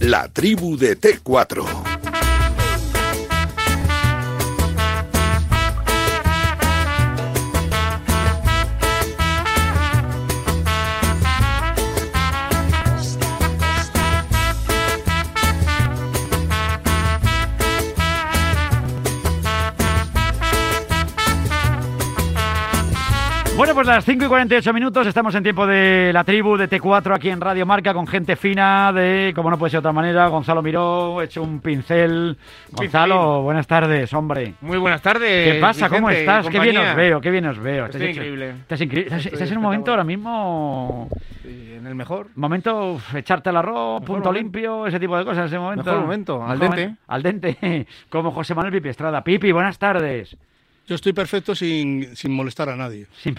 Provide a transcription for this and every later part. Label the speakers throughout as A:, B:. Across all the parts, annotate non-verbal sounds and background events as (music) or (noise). A: La tribu de T4.
B: Bueno, pues las 5 y 48 minutos estamos en tiempo de la tribu de T4 aquí en Radio Marca con gente fina de, como no puede ser de otra manera, Gonzalo Miró, hecho un pincel. Gonzalo, buenas tardes, hombre.
C: Muy buenas tardes.
B: ¿Qué pasa? ¿Cómo
C: Vicente,
B: estás? Qué bien
C: Eh, compañía.
B: os veo, qué bien os veo.
C: Estoy
B: Estás hecho-
C: increíble.
B: Estás, increíble. Estás-
C: Estoy
B: estás en un momento
C: espectacular.
B: ahora mismo,
C: Sí, En el mejor.
B: momento uf, echarte al arroz, punto
C: momento.
B: limpio, ese tipo de cosas, ese momento.
C: Mejor momento, al
B: Mejor
C: dente.
B: momen- Al dente, (laughs) como José Manuel Pipi Estrada. Pipi, buenas tardes.
D: Yo estoy perfecto sin, sin molestar a nadie.
B: Sin-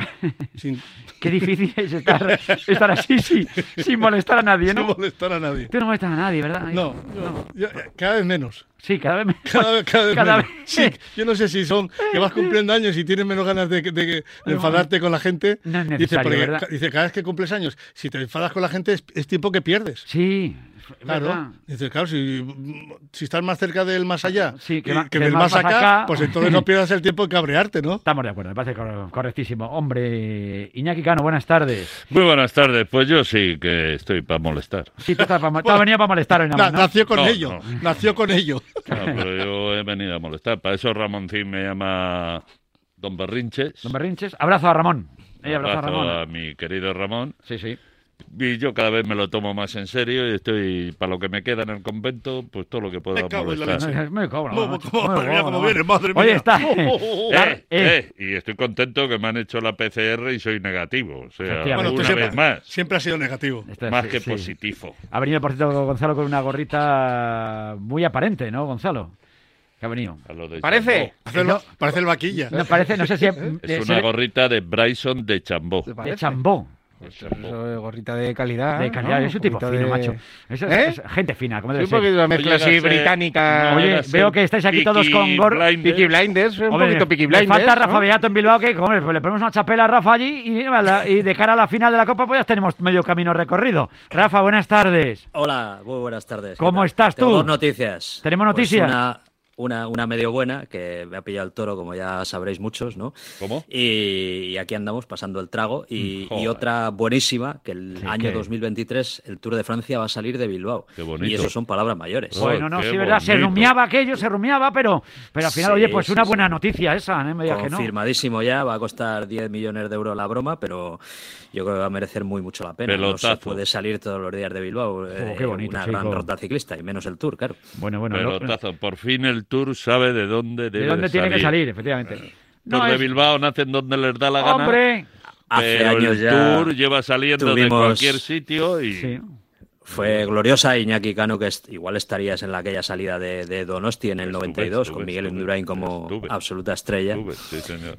D: Sin,
B: Qué difícil es estar, estar así sí, sin molestar a nadie,
D: sin
B: ¿no?
D: molestar a nadie.
B: Tú no molestas a nadie, ¿verdad?
D: No, yo- yo- cada vez menos. (laughs)
B: Sí, cada vez menos.
D: Cada, vez- cada vez
B: Cada
D: menos.
B: vez-
D: Sí, yo no sé si son que vas cumpliendo años y tienes menos ganas de, de- de enfadarte con la gente.
B: No es
D: dice,
B: necesario, ¿verdad?
D: ca- dice, cada vez que cumples años, si te enfadas con la gente es, es tiempo que pierdes.
B: Sí, es verdad.
D: Claro, dice, claro, si, si estás más cerca del más allá
B: Sí, que
D: y-
B: ma- que
D: del más, acá, pues
B: (laughs)
D: entonces no pierdas el tiempo en cabrearte, ¿no?
B: Estamos de acuerdo, me parece cor- correctísimo. Hombre, Iñaki Cano, buenas tardes.
E: Muy buenas tardes, pues yo sí que estoy para molestar.
B: Sí, tú estás pa- tú has venido para molestar hoy nada
D: Na-
B: más, ¿no?
D: Nació con
E: No,
D: ello,
E: no.
D: nació con ello.
E: No, pero yo he venido a molestar. Para eso Ramoncín me llama Don Berrinches.
B: Don Berrinches, abrazo a Ramón. Eh, abrazo,
E: Abrazo
B: a Ramón.
E: a mi querido Ramón.
B: Sí, sí.
E: Y yo cada vez me lo tomo más en serio y estoy, para lo que me queda en el convento, pues todo lo que pueda
D: Me cago en la
E: molestar.
D: leche.
B: No, Me cago en la
D: Cómo-
B: leche,
D: cómo-
B: me
D: madre mía,
B: cago en
D: cómo
B: la
D: viene, madre
B: Oye,
D: mía. (laughs)
B: está.
E: Eh,
B: eh.
E: eh, y estoy contento que me han hecho la PCR y soy negativo. O sea,
B: Efectivamente.
D: Bueno, tú
E: una
D: sepas,
E: vez más.
D: Siempre ha sido negativo.
B: Está-
E: Más
B: sí,
E: que
B: sí.
E: positivo.
B: Ha venido, por cierto, Gonzalo con una gorrita muy aparente, ¿no, Gonzalo? Que ha venido.
E: A lo de
C: Parece.
E: Chambó.
D: Hacerlo- parece el vaquilla.
B: No, parece, no sé si... eh,
E: Es
B: se
E: una
B: ve-
E: gorrita de Bryson de Chambó.
B: De
C: Parece.
B: chambó.
E: De Chambó.
C: Eso es gorrita de calidad.
B: De calidad,
C: ¿no?
B: es un tipo
C: poquito
B: fino,
C: de-
B: macho. Es, es-
C: ¿Eh?
B: es gente fina, como
C: Sí,
B: debe
C: un poquito
B: ser.
C: de mezcla
E: Oye,
C: así
E: no sé.
C: británica.
B: Oye, veo que estáis aquí todos con gor-
C: Peaky Blinders, un
B: Hombre,
C: poquito Peaky
B: le
C: Blinders.
B: falta Rafa
C: ¿no?
B: Beato en Bilbao que hombre, pues le ponemos una chapela a Rafa allí y, a la- y de cara a la final de la Copa pues ya tenemos medio camino recorrido. Rafa, buenas tardes.
F: Hola, muy buenas tardes. ¿Qué
B: ¿Cómo
F: tal?
B: estás
F: Tengo
B: tú?
F: Dos noticias.
B: ¿Tenemos
F: Pues
B: noticias?
F: una, una, una medio buena, que me ha pillado el toro, como ya sabréis muchos, ¿no?
E: ¿Cómo?
F: Y, y aquí andamos pasando el trago. Y,
E: Mm, joder.
F: y otra buenísima, que el
B: Sí,
F: año
B: que-
F: 2023 el Tour de Francia va a salir de Bilbao.
E: Qué bonito.
F: Y eso son palabras mayores.
C: Oh,
E: Joder,
B: bueno, no,
E: qué
B: sí, verdad, se
E: bonito.
B: rumiaba aquello, se rumiaba, pero, pero al final,
F: Sí,
B: oye, pues
F: sí,
B: una
F: sí.
B: buena noticia esa, ¿eh? Me digas que no.
F: Confirmadísimo ya, va a costar 10 millones de euros la broma, pero yo creo que va a merecer muy mucho la pena. No se
E: Pelotazo.
F: puede salir todos los días de Bilbao eh,
B: qué bonito,
F: una
B: chico.
F: gran ruta ciclista, y menos el Tour, claro.
B: Bueno, bueno, lo-
E: Pelotazo. Por fin el Tour sabe de dónde debe
B: ¿de dónde tiene que salir, efectivamente?
E: Los de
B: es-
E: Bilbao nacen donde les da la gana.
B: hombre,
F: Hace
E: pero
F: años
E: el
F: ya
E: Tour lleva saliendo
F: tuvimos-
E: de cualquier sitio y
B: sí.
F: Fue gloriosa Iñaki Cano, que est- igual estarías en la- aquella salida de, de Donosti en el 92
E: estuve,
F: con Miguel
E: estuve,
F: Indurain como
E: estuve.
F: absoluta estrella.
E: Sube, sí, señor.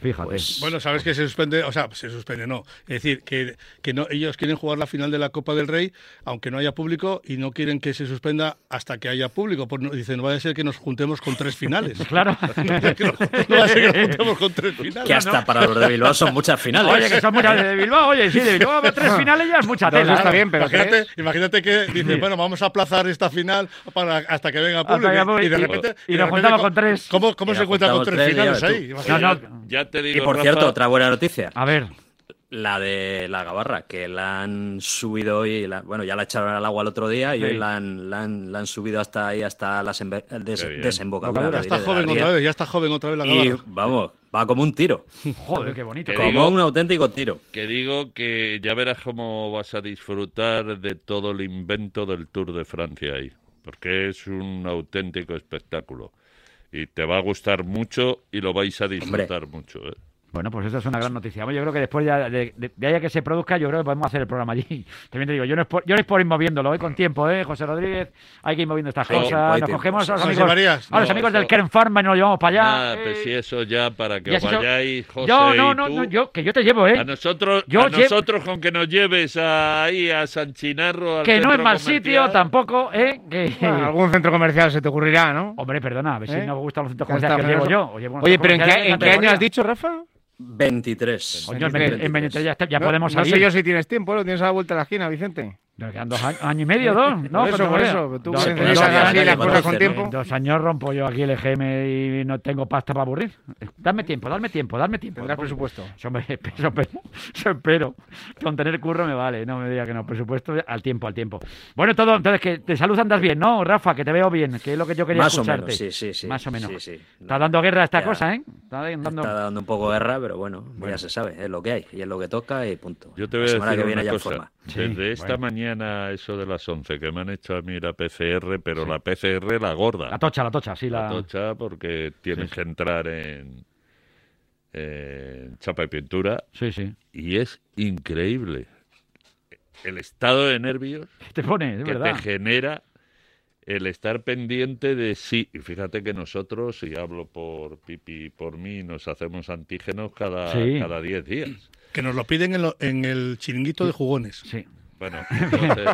B: Fíjate.
F: Pues,
D: Bueno, sabes que se suspende, o sea, se suspende, no. Es decir, que, que no, ellos quieren jugar la final de la Copa del Rey, aunque no haya público, y no quieren que se suspenda hasta que haya público. Pues no- dicen, no vaya a ser que nos juntemos con tres finales.
B: (laughs) Claro.
D: (laughs) No vaya a ser que nos- no vaya a ser que nos juntemos con tres finales.
F: que hasta para los de Bilbao son (laughs) muchas finales.
B: Oye, que son muchas
E: (laughs)
B: de Bilbao, oye, sí, de Bilbao tres finales ya es mucha
C: ¿eh? Ah. Dos
B: tela.
C: está
B: ¿eh?
C: bien, pero
D: imagínate,
C: tres.
D: imagínate que dicen, bueno, vamos a aplazar esta final para, hasta que venga
B: Hasta
D: público.
B: que
D: y, de
B: venga
D: repente.
B: y
D: de
B: nos
D: repente,
B: juntamos
D: ¿cómo-
B: con tres.
D: ¿Cómo, cómo
F: Y
D: se
F: nos
D: cuenta con
F: juntamos
D: tres,
F: tres,
D: finales
F: ya ves
D: ahí?
F: tú.
B: No,
D: Imagínate.
B: no,
E: Ya te digo,
F: y por
E: Rafa, Ah.
F: cierto, otra buena noticia,
B: a ver,
F: la de la Gabarra, que la han subido hoy, la- bueno, ya la echaron al agua el otro día y
B: Sí.
F: hoy la han, la han- la han subido hasta ahí, hasta las embe- des-
E: Qué bien.
F: desembocaduras.
D: Ya está
F: de la
D: joven
F: ría.
D: otra vez, ya está joven otra vez la
F: Y
D: Gabarra.
F: vamos, va como un tiro,
B: joder, qué bonito.
E: Te
F: como
E: digo-
F: un auténtico tiro.
E: que digo que ya verás cómo vas a disfrutar de todo el invento del Tour de Francia ahí, porque es un auténtico espectáculo. Y te va a gustar mucho y lo vais a disfrutar mucho. ¿eh?
B: Bueno, pues esa es una gran noticia. Hombre, Yo creo que después ya de, de, de ahí a que se produzca, yo creo que podemos hacer el programa allí. (laughs) También te digo, yo no es por, yo no es por ir moviéndolo, hoy con tiempo, ¿eh? José Rodríguez, hay que ir moviendo estas
F: Hay
B: cosas.
F: tiempo, hay
B: nos
F: tiempo.
B: cogemos a los
D: ¿Nos
B: amigos,
D: llevarías?
B: a los
E: No,
B: amigos
E: eso-
B: del Kern Pharma y nos lo llevamos para allá.
E: Nada, pues
B: eh.
E: si eso ya para que
B: Ya
E: os
B: si eso-
E: vayáis, José.
B: yo, no,
E: y
B: no,
E: tú.
B: no, yo, que yo te llevo, ¿eh?
E: A nosotros,
B: Yo
E: a
B: lle-
E: nosotros con que nos lleves ahí a San Chinarro. al
B: que no es
E: centro
B: mal
E: comercial.
B: sitio tampoco, ¿eh? Que-
C: Bueno, algún centro comercial se te ocurrirá, ¿no?
B: Hombre, perdona, a ver si
C: ¿Eh?
B: no me gustan los centros
C: Ya está,
B: comerciales que
C: pero
B: llevo
C: eso-
B: yo. Oye, bueno,
C: Oye,
B: centros
C: pero ¿en qué,
B: comerciales de
C: en qué año
B: categoría.
C: has dicho, Rafa?
F: 23.
B: Coño, en
C: 23.
B: 20 en 23 ya, está- ya
C: No-
B: podemos
C: no
B: salir.
C: sé yo si tienes tiempo, lo tienes a la vuelta de la esquina, Vicente.
B: Nos quedan dos años, año y medio, dos. No,
C: Por eso,
B: Pero
C: por
B: vea.
C: eso, tú
B: Dos-
C: que
B: dos-
C: te sacas así
B: dos-
C: las
F: dos-
C: cosas con
F: dos-
C: tiempo.
B: Dos años rompo yo aquí el EGM y no tengo pasta para aburrir. Eh, Dame tiempo, dame tiempo, dame tiempo.
C: Tendrás
B: Dame-
C: presupuesto.
B: Eso, me, (laughs) eso espero, eso espero. Con tener curro me vale, no me diga que no. Presupuesto al tiempo, al tiempo. Bueno, todo, entonces que de salud andas bien, ¿no, Rafa? Que te veo bien, que es lo que yo quería
F: Más o
B: escucharte.
F: menos, sí, sí, sí.
B: Más o menos.
F: Sí, sí.
B: Está dando guerra a esta
F: Ya.
B: cosa, ¿eh? Está dando...
F: Está dando un poco de guerra, pero bueno, ya se sabe, es lo que hay y es lo que toca y punto.
E: Yo te
F: La
E: voy a
F: semana
E: decir
F: que viene
E: una
F: ya en
E: cosa.
F: forma.
B: Sí,
E: Desde esta
B: bueno.
E: mañana, eso de las 11, que me han hecho a mí la PCR, pero la PCR la gorda.
B: La tocha, la tocha, sí, la...
E: La tocha, porque tienes que entrar en, en chapa y pintura.
B: Sí, sí.
E: Y es increíble el estado de nervios
B: Te pone, es
E: que
B: verdad.
E: te genera el estar pendiente de sí. Y fíjate que nosotros, si hablo por Pipi y por mí, nos hacemos antígenos cada
B: Sí.
E: cada 10 días.
D: Que nos lo piden en, lo- en el chiringuito de jugones.
B: Sí.
E: Bueno,
B: (laughs)
E: entonces...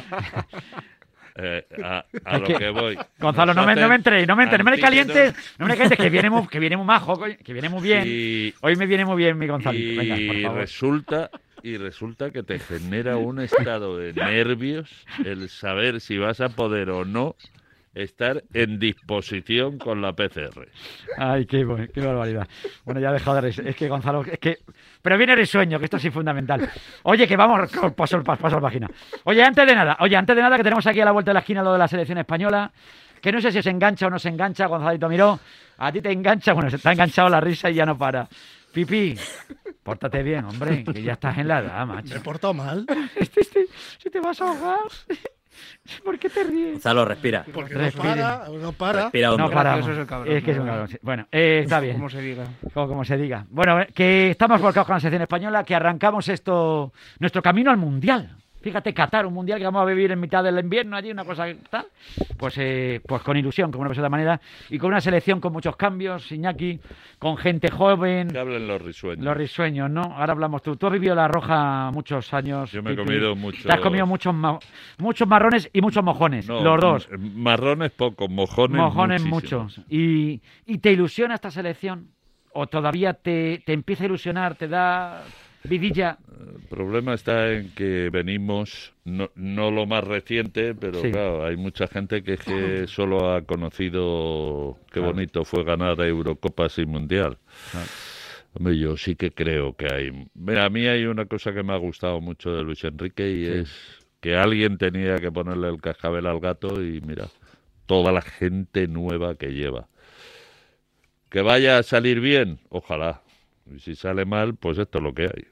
E: eh, a, a
B: Es
E: lo
B: que-
E: que voy.
B: Gonzalo, no
E: Nos
B: me, no me
E: hacen
B: entréis, no me entréis, no me
E: antígenos
B: calientes, no me calientes, que viene muy, que viene muy majo, coño, que viene muy bien.
E: y-
B: Hoy me viene muy bien mi Gonzalito, venga, por
E: y
B: favor.
E: resulta y resulta que te genera un estado de nervios el saber si vas a poder o no estar en disposición con la PCR.
B: Ay, qué, bu- qué barbaridad. Bueno, ya he dejado de reír. Es que Gonzalo, es que. Pero viene el sueño, que esto sí es fundamental. Oye, que vamos, co- paso, pa- paso la página. Oye, antes de nada, oye, antes de nada, que tenemos aquí a la vuelta de la esquina lo de la selección española. Que no sé si os engancha o no se engancha, Gonzalito Miró. A ti te engancha, bueno, se está enganchado la risa y ya no para. Pipi, pórtate bien, hombre, que ya estás en la edad,
D: ¿Me
B: macho.
D: he portado mal?
B: Este, este, si te vas a ahogar. (laughs) ¿Por qué te ríes?
F: Gonzalo, respira.
D: Porque no
B: Respire.
D: para, no para.
F: Respira hondo.
B: No, paramos.
C: eso es el cabrón,
B: es que es un
C: ¿verdad?
B: cabrón. sí. Bueno, eh, está bien.
C: Como se diga.
B: Como, como se diga. Bueno, eh, que estamos volcados con la selección española, que arrancamos esto, nuestro camino al Mundial. Fíjate, Qatar, un Mundial que vamos a vivir en mitad del invierno allí, una cosa tal. Pues, eh, pues con ilusión, como no puede ser de otra manera, y con una selección con muchos cambios, Iñaki, con gente joven,
E: Que hablen los risueños.
B: los risueños, ¿no? Ahora hablamos tú. Tú has vivido la roja muchos años.
E: Yo me he
B: Pipi.
E: comido
B: Te has
E: muchos-
B: comido muchos, ma- muchos marrones y muchos mojones,
E: No,
B: los dos.
E: m- Marrones pocos, mojones,
B: Mojones
E: muchísimos.
B: muchos. ¿Y, y te ilusiona esta selección? ¿O todavía te, te empieza a ilusionar? ¿Te da vidilla?
E: El problema está en que venimos, no, no lo más reciente, pero
B: Sí.
E: claro, hay mucha gente que, es que solo ha conocido qué bonito fue ganar Eurocopas y Mundial. Hombre, yo sí que creo que hay. Mira, a mí hay una cosa que me ha gustado mucho de Luis Enrique y es que alguien tenía que ponerle el cascabel al gato y mira, toda la gente nueva que lleva. Que vaya a salir bien, ojalá. Y si sale mal, pues esto es lo que hay.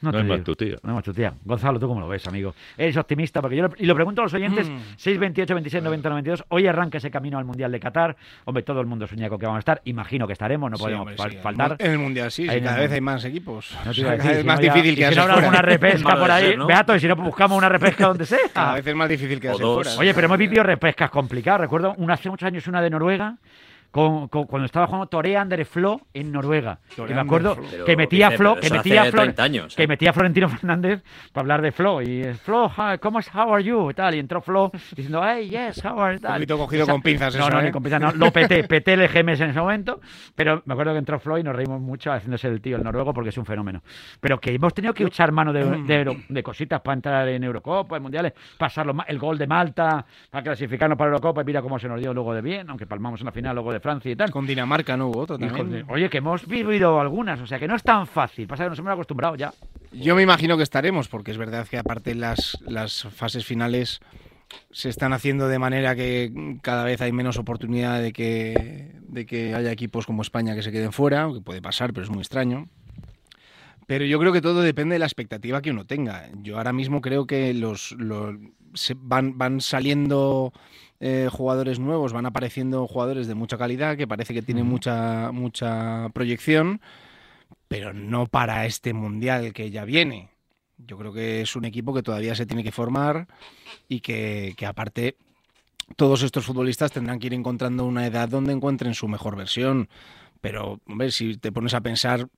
E: No
B: te
E: hay
B: digo.
E: más tutía.
B: No hay más tutía. Gonzalo, ¿tú cómo lo ves, amigo? ¿Eres optimista? Porque yo lo, y lo pregunto a los oyentes,
C: Mm.
B: 628, 26, 90, 92. Hoy arranca ese camino al Mundial de Qatar. Hombre, todo el mundo sueña con que vamos a estar. Imagino que estaremos, no
C: Sí,
B: podemos
C: hombre,
B: fal-
C: sí.
B: faltar.
C: En el mundial, sí, sí,
B: Ahí en
C: cada
B: el
C: vez
B: Mundial.
C: hay más equipos.
B: No
C: O
B: te iba
C: sea,
B: a
C: cada
B: decir,
C: vez
B: si
C: más
B: no ya-
C: difícil
B: y si
C: quedarse
B: no habrá
C: fuera.
B: alguna repesca
F: (laughs) Malo
B: por
F: de
B: ahí.
F: ser, ¿no?
B: Beato, y si no, pues buscamos una repesca donde
C: (laughs)
B: sea.
C: Cada vez es más difícil quedarse
F: dos.
C: fuera.
B: Ah. Oye, pero hemos vivido repescas complicadas. Recuerdo una, hace muchos años una de Noruega, con, con- cuando estaba jugando Torea Ander Flo en Noruega.
C: Torea
B: y me
C: Ander
B: acuerdo
C: Flo.
F: Pero,
B: que metía
F: dice,
B: Flo,
F: pero
B: que
F: eso
B: metía
F: hace
B: Flo,
F: 30 años,
B: que
F: ¿eh?
B: metía Florentino (laughs) Fernández para hablar de Flo. Y eh, Flo, hi, ¿cómo es? How are you? y Tal, y entró Flo diciendo, hey, yes, how are you? Tal.
C: Un poquito cogido con pinzas
B: No,
C: eso,
B: no,
C: ¿eh?
B: ni con pinzas, no. Lo peté, (laughs) peté el GMS en ese momento. Pero me acuerdo que entró Flo y nos reímos mucho haciéndose el tío el noruego porque es un fenómeno. Pero que hemos tenido que echar mano de, de Euro- de cositas para entrar en Eurocopa, en Mundiales, pasarlo ma- el gol de Malta, para clasificarnos para Eurocopa y mira cómo se nos dio luego de bien, aunque palmamos en la final luego de Francia y tal.
C: Con Dinamarca no hubo otro
B: Y,
C: también.
B: joder, Oye, que hemos vivido algunas, o sea que no es tan fácil. Pasa que nos hemos acostumbrado ya.
C: Yo me imagino que estaremos, porque es verdad que aparte las, las fases finales se están haciendo de manera que cada vez hay menos oportunidad de que, de que haya equipos como España que se queden fuera, que puede pasar, pero es muy extraño. Pero yo creo que todo depende de la expectativa que uno tenga. Yo ahora mismo creo que los, los- se- van, van saliendo eh, jugadores nuevos, van apareciendo jugadores de mucha calidad, que parece que tienen mucha, mucha proyección, pero no para este mundial que ya viene. Yo creo que es un equipo que todavía se tiene que formar y que, que aparte todos estos futbolistas tendrán que ir encontrando una edad donde encuentren su mejor versión. Pero, hombre, si te pones a pensar,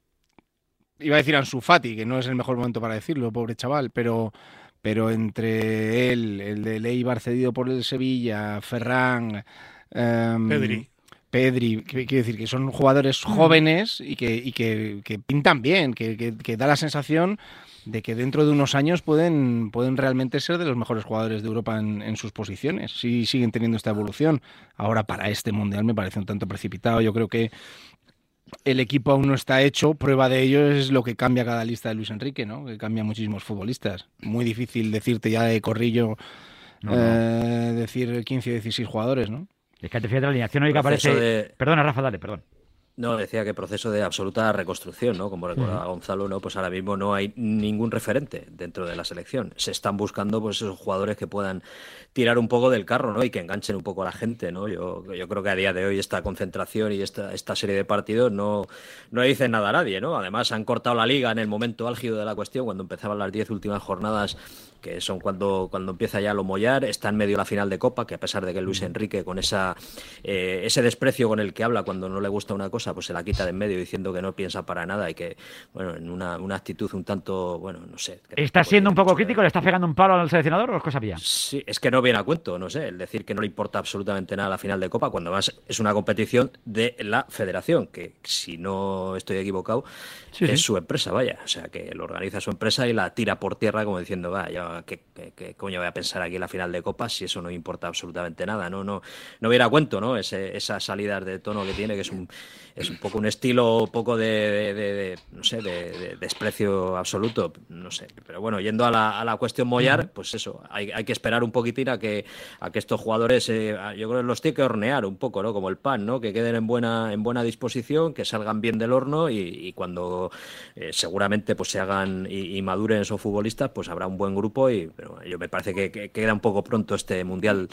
C: iba a decir Ansu Fati, que no es el mejor momento para decirlo, pobre chaval, pero, pero entre él, el de Leibar cedido por el Sevilla, Ferran... em,
E: Mm.
D: Pedri.
C: Pedri, que- quiero decir que son jugadores jóvenes y que, y que, que pintan bien, que, que- que da la sensación de que dentro de unos años pueden, pueden realmente ser de los mejores jugadores de Europa en, en sus posiciones, si siguen teniendo esta evolución. Ahora para este Mundial me parece un tanto precipitado, yo creo que el equipo aún no está hecho, prueba de ello es lo que cambia cada lista de Luis Enrique, ¿no? que cambia muchísimos futbolistas. Muy difícil decirte ya de corrillo
B: No, no.
C: eh, decir 15 16 jugadores, ¿no?
B: Es que te fíjate la alineación hoy que aparece.
F: Proceso de-
B: Perdona, Rafa, dale, perdón.
F: No, decía que proceso de absoluta reconstrucción, ¿no? Como recordaba Gonzalo, ¿no? Pues ahora mismo no hay ningún referente dentro de la selección. Se están buscando pues esos jugadores que puedan tirar un poco del carro, ¿no? Y que enganchen un poco a la gente, ¿no? Yo, yo creo que a día de hoy esta concentración y esta, esta serie de partidos no, no le dicen nada a nadie, ¿no? Además han cortado la liga en el momento álgido de la cuestión, cuando empezaban las 10 últimas jornadas que son cuando, cuando empieza ya lo mollar, está en medio de la final de Copa, que a pesar de que
B: Mm.
F: Luis Enrique con esa, eh, ese desprecio con el que habla cuando no le gusta una cosa, pues se la quita de en medio diciendo que no piensa para nada y que, bueno, en una, una actitud un tanto, bueno, no sé. que
B: ¿Está
F: tampoco
B: siendo un
F: tiene
B: poco
F: mucho que
B: crítico? ¿Le está pegando un palo al seleccionador o es cosa mía?
F: Sí, es que no viene a cuento, no sé, el decir que no le importa absolutamente nada la final de Copa, cuando más es una competición de la federación, que si no estoy equivocado,
B: Sí,
F: es
B: sí.
F: su empresa, vaya, o sea, que lo organiza su empresa y la tira por tierra como diciendo, va, yo, ¿qué, qué- qué coño voy a pensar aquí en la final de Copa si eso no importa absolutamente nada? No, no, no viene a cuento, ¿no? Ese, esas salidas de tono que tiene, que es un, es un poco un estilo, un poco de, de- de- de, no sé, de, de desprecio absoluto, no sé, pero bueno, yendo a la, a la cuestión Mollar, pues eso, hay, hay que esperar un poquitín a que, a que estos jugadores, eh, a- yo creo que los tiene que hornear un poco, ¿no? Como el pan, ¿no? Que queden en buena, en buena disposición, que salgan bien del horno y, y cuando eh, seguramente pues se hagan y, y maduren esos futbolistas, pues habrá un buen grupo y pero yo me parece que, que queda un poco pronto este Mundial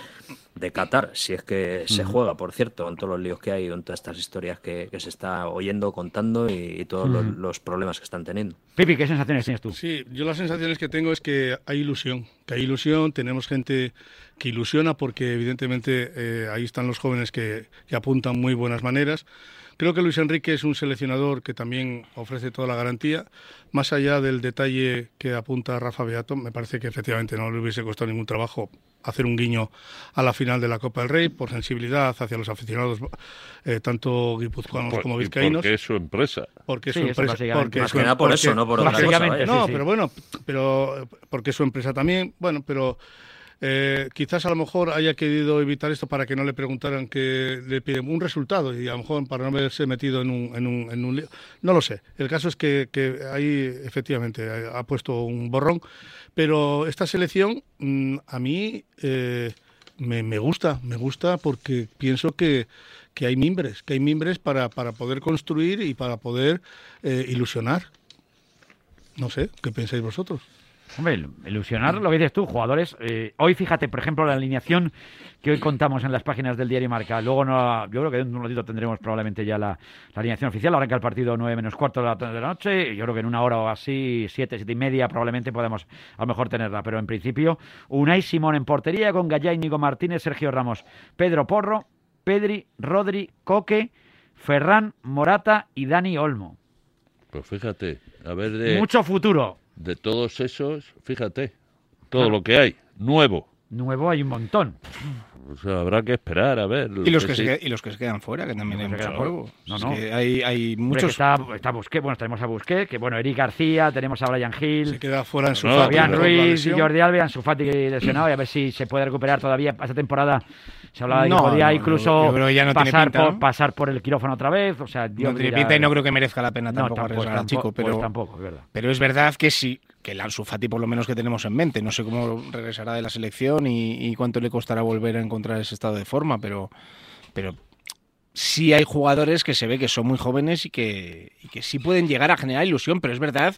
F: de Qatar, si es que se juega, por cierto, con todos los líos que hay, con todas estas historias que, que se está oyendo, contando y, y todos los, los problemas que están teniendo.
B: Pipi, ¿qué sensaciones tienes tú?
D: Sí, yo las sensaciones que tengo es que hay ilusión, que hay ilusión, tenemos gente que ilusiona porque evidentemente eh, ahí están los jóvenes que, que apuntan muy buenas maneras. Creo que Luis Enrique es un seleccionador que también ofrece toda la garantía, más allá del detalle que apunta Rafa Beato, me parece que efectivamente no le hubiese costado ningún trabajo hacer un guiño a la final de la Copa del Rey por sensibilidad hacia los aficionados, eh, tanto guipuzcoanos
E: Por-
D: como
E: Pues, y
D: vizcaínos,
E: Porque es su empresa.
D: porque es
B: Sí,
D: su
B: eso
D: empresa.
B: básicamente.
D: porque
F: Más
D: su-
F: que nada por
D: porque-
F: eso, no por otra cosa.
B: básicamente,
F: vaya.
B: sí,
D: no,
B: sí.
D: pero bueno, pero eh, porque es su empresa también, bueno, pero eh, quizás a lo mejor haya querido evitar esto para que no le preguntaran que le piden un resultado y a lo mejor para no haberse metido en un, en un, en un lío. No lo sé. El caso es que, que ahí efectivamente ha- ha puesto un borrón, pero esta selección mm, a mí eh, me, me gusta, me gusta porque pienso que, que hay mimbres, que hay mimbres para, para poder construir y para poder eh, ilusionar. No sé, ¿qué pensáis vosotros?
B: Hombre, il- ilusionar lo que dices tú, jugadores. eh, hoy, fíjate, por ejemplo, la alineación que hoy contamos en las páginas del diario Marca. Luego, no, yo creo que en un ratito tendremos probablemente ya la, la alineación oficial. Ahora que el partido 9 menos cuarto de la, de la noche, yo creo que en una hora o así, 7, 7 y media, probablemente podamos a lo mejor tenerla. Pero en principio, Unai Simón en portería con Gallá, Nico Martínez, Sergio Ramos, Pedro Porro, Pedri, Rodri, Coque, Ferran, Morata y Dani Olmo.
E: Pues fíjate, a ver de,
B: Mucho futuro.
E: de todos esos, fíjate,
C: Ah.
E: todo lo que hay, nuevo.
B: Nuevo hay un montón.
E: O sea, habrá que esperar a ver.
B: Mm,
E: lo
C: Y los que,
E: sí.
C: se, que- y los que se quedan fuera, que también
B: Los
C: hay
B: que se
C: mucho
B: quedan fuera.
C: juego.
B: No,
C: Es
B: no.
C: que hay, hay
B: Hombre,
C: muchos.
B: que está, está Busquets, bueno, tenemos a Busquets, que bueno, Eric García, tenemos a Brian
D: Se
B: Hill,
D: queda fuera en su
E: No,
D: fase
B: Fabián
D: por la
B: Ruiz y
D: lesión.
B: Jordi Alba, Ansu Fati lesionado, y a ver si se puede recuperar todavía esta temporada. Se hablaba de que
C: No,
B: podía
C: no,
B: incluso
C: yo creo que ya no tiene
B: pasar,
C: pinta,
B: por,
C: ¿no?
B: pasar por el quirófano otra vez, o sea, yo
C: No tiene
B: ya-
C: pinta y no creo que merezca la pena
B: eh. no,
C: tampoco,
B: tampoco,
C: arriesgar al
B: tampoco,
C: chico, pero,
B: pues tampoco, es verdad.
C: pero es verdad que sí, que el Ansu Fati por lo menos que tenemos en mente. No sé cómo regresará de la selección y, y cuánto le costará volver a encontrar ese estado de forma, pero, pero sí hay jugadores que se ve que son muy jóvenes y que, y que sí pueden llegar a generar ilusión, pero es verdad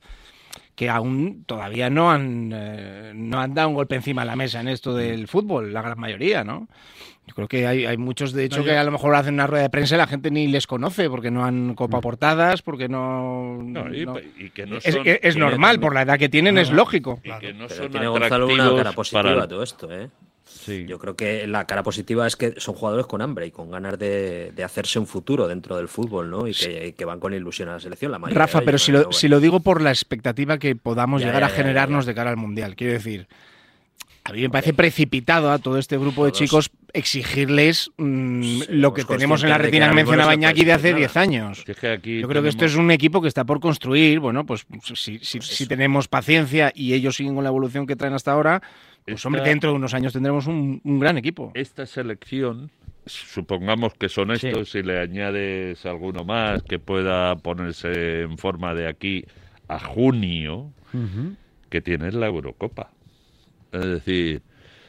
C: que aún todavía no han, eh, no han dado un golpe encima de la mesa en esto del fútbol, la gran mayoría, ¿no? Yo creo que hay, hay muchos, de hecho,
D: No, yo-
C: que a lo mejor hacen una rueda de prensa y la gente ni les conoce porque no han copaportadas, porque no...
E: No, y,
C: no-
E: y que no
C: Es,
E: son,
C: es- es
E: y
C: normal,
F: también-
C: por la edad que tienen es lógico.
E: que no
F: Pero
E: son
F: tiene Gonzalo una
E: atractivos
F: cara positiva
E: para-
F: todo esto, ¿eh?
E: Sí.
F: Yo creo que la cara positiva es que son jugadores con hambre y con ganas de, de hacerse un futuro dentro del fútbol, ¿no? Y que, y que van con ilusión a la selección, la mayoría.
C: Rafa,
F: de
C: pero
F: ellos,
C: si
F: ¿no?
C: lo, si lo digo por la expectativa que podamos
F: Ya,
C: llegar
F: ya,
C: a
F: ya,
C: generarnos
F: ya,
C: de cara al Mundial, quiero decir, A mí me parece precipitado a todo este grupo de
F: Todos-
C: chicos exigirles mm,
F: Sí,
C: lo que
F: somos
C: tenemos en la
F: conscientes de
C: retina
F: que
C: que
F: a lo mejor
C: mencionaba
F: eso no
C: Iñaki de
F: es
C: hace
F: nada.
C: 10 años.
E: Si es que aquí
C: Yo creo que esto es
E: tenemos-
C: un equipo que está por construir. Bueno, pues si, si-
F: Pues
C: si
F: eso.
C: tenemos paciencia y ellos siguen con la evolución que traen hasta ahora, pues
E: Esta-
C: hombre, dentro de unos años tendremos un, un gran equipo.
E: esta selección, supongamos que son
B: Sí.
E: estos, si le añades alguno más que pueda ponerse en forma de aquí a junio,
B: Ujú.
E: que tienes la Eurocopa. Es decir,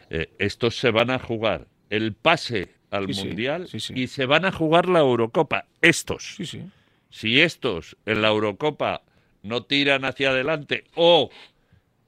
E: eh, estos se van a jugar el pase al
C: Sí, sí,
E: Mundial
C: sí, sí.
E: y se van a jugar la Eurocopa. Estos.
C: Sí, sí.
E: Si estos en la Eurocopa no tiran hacia adelante o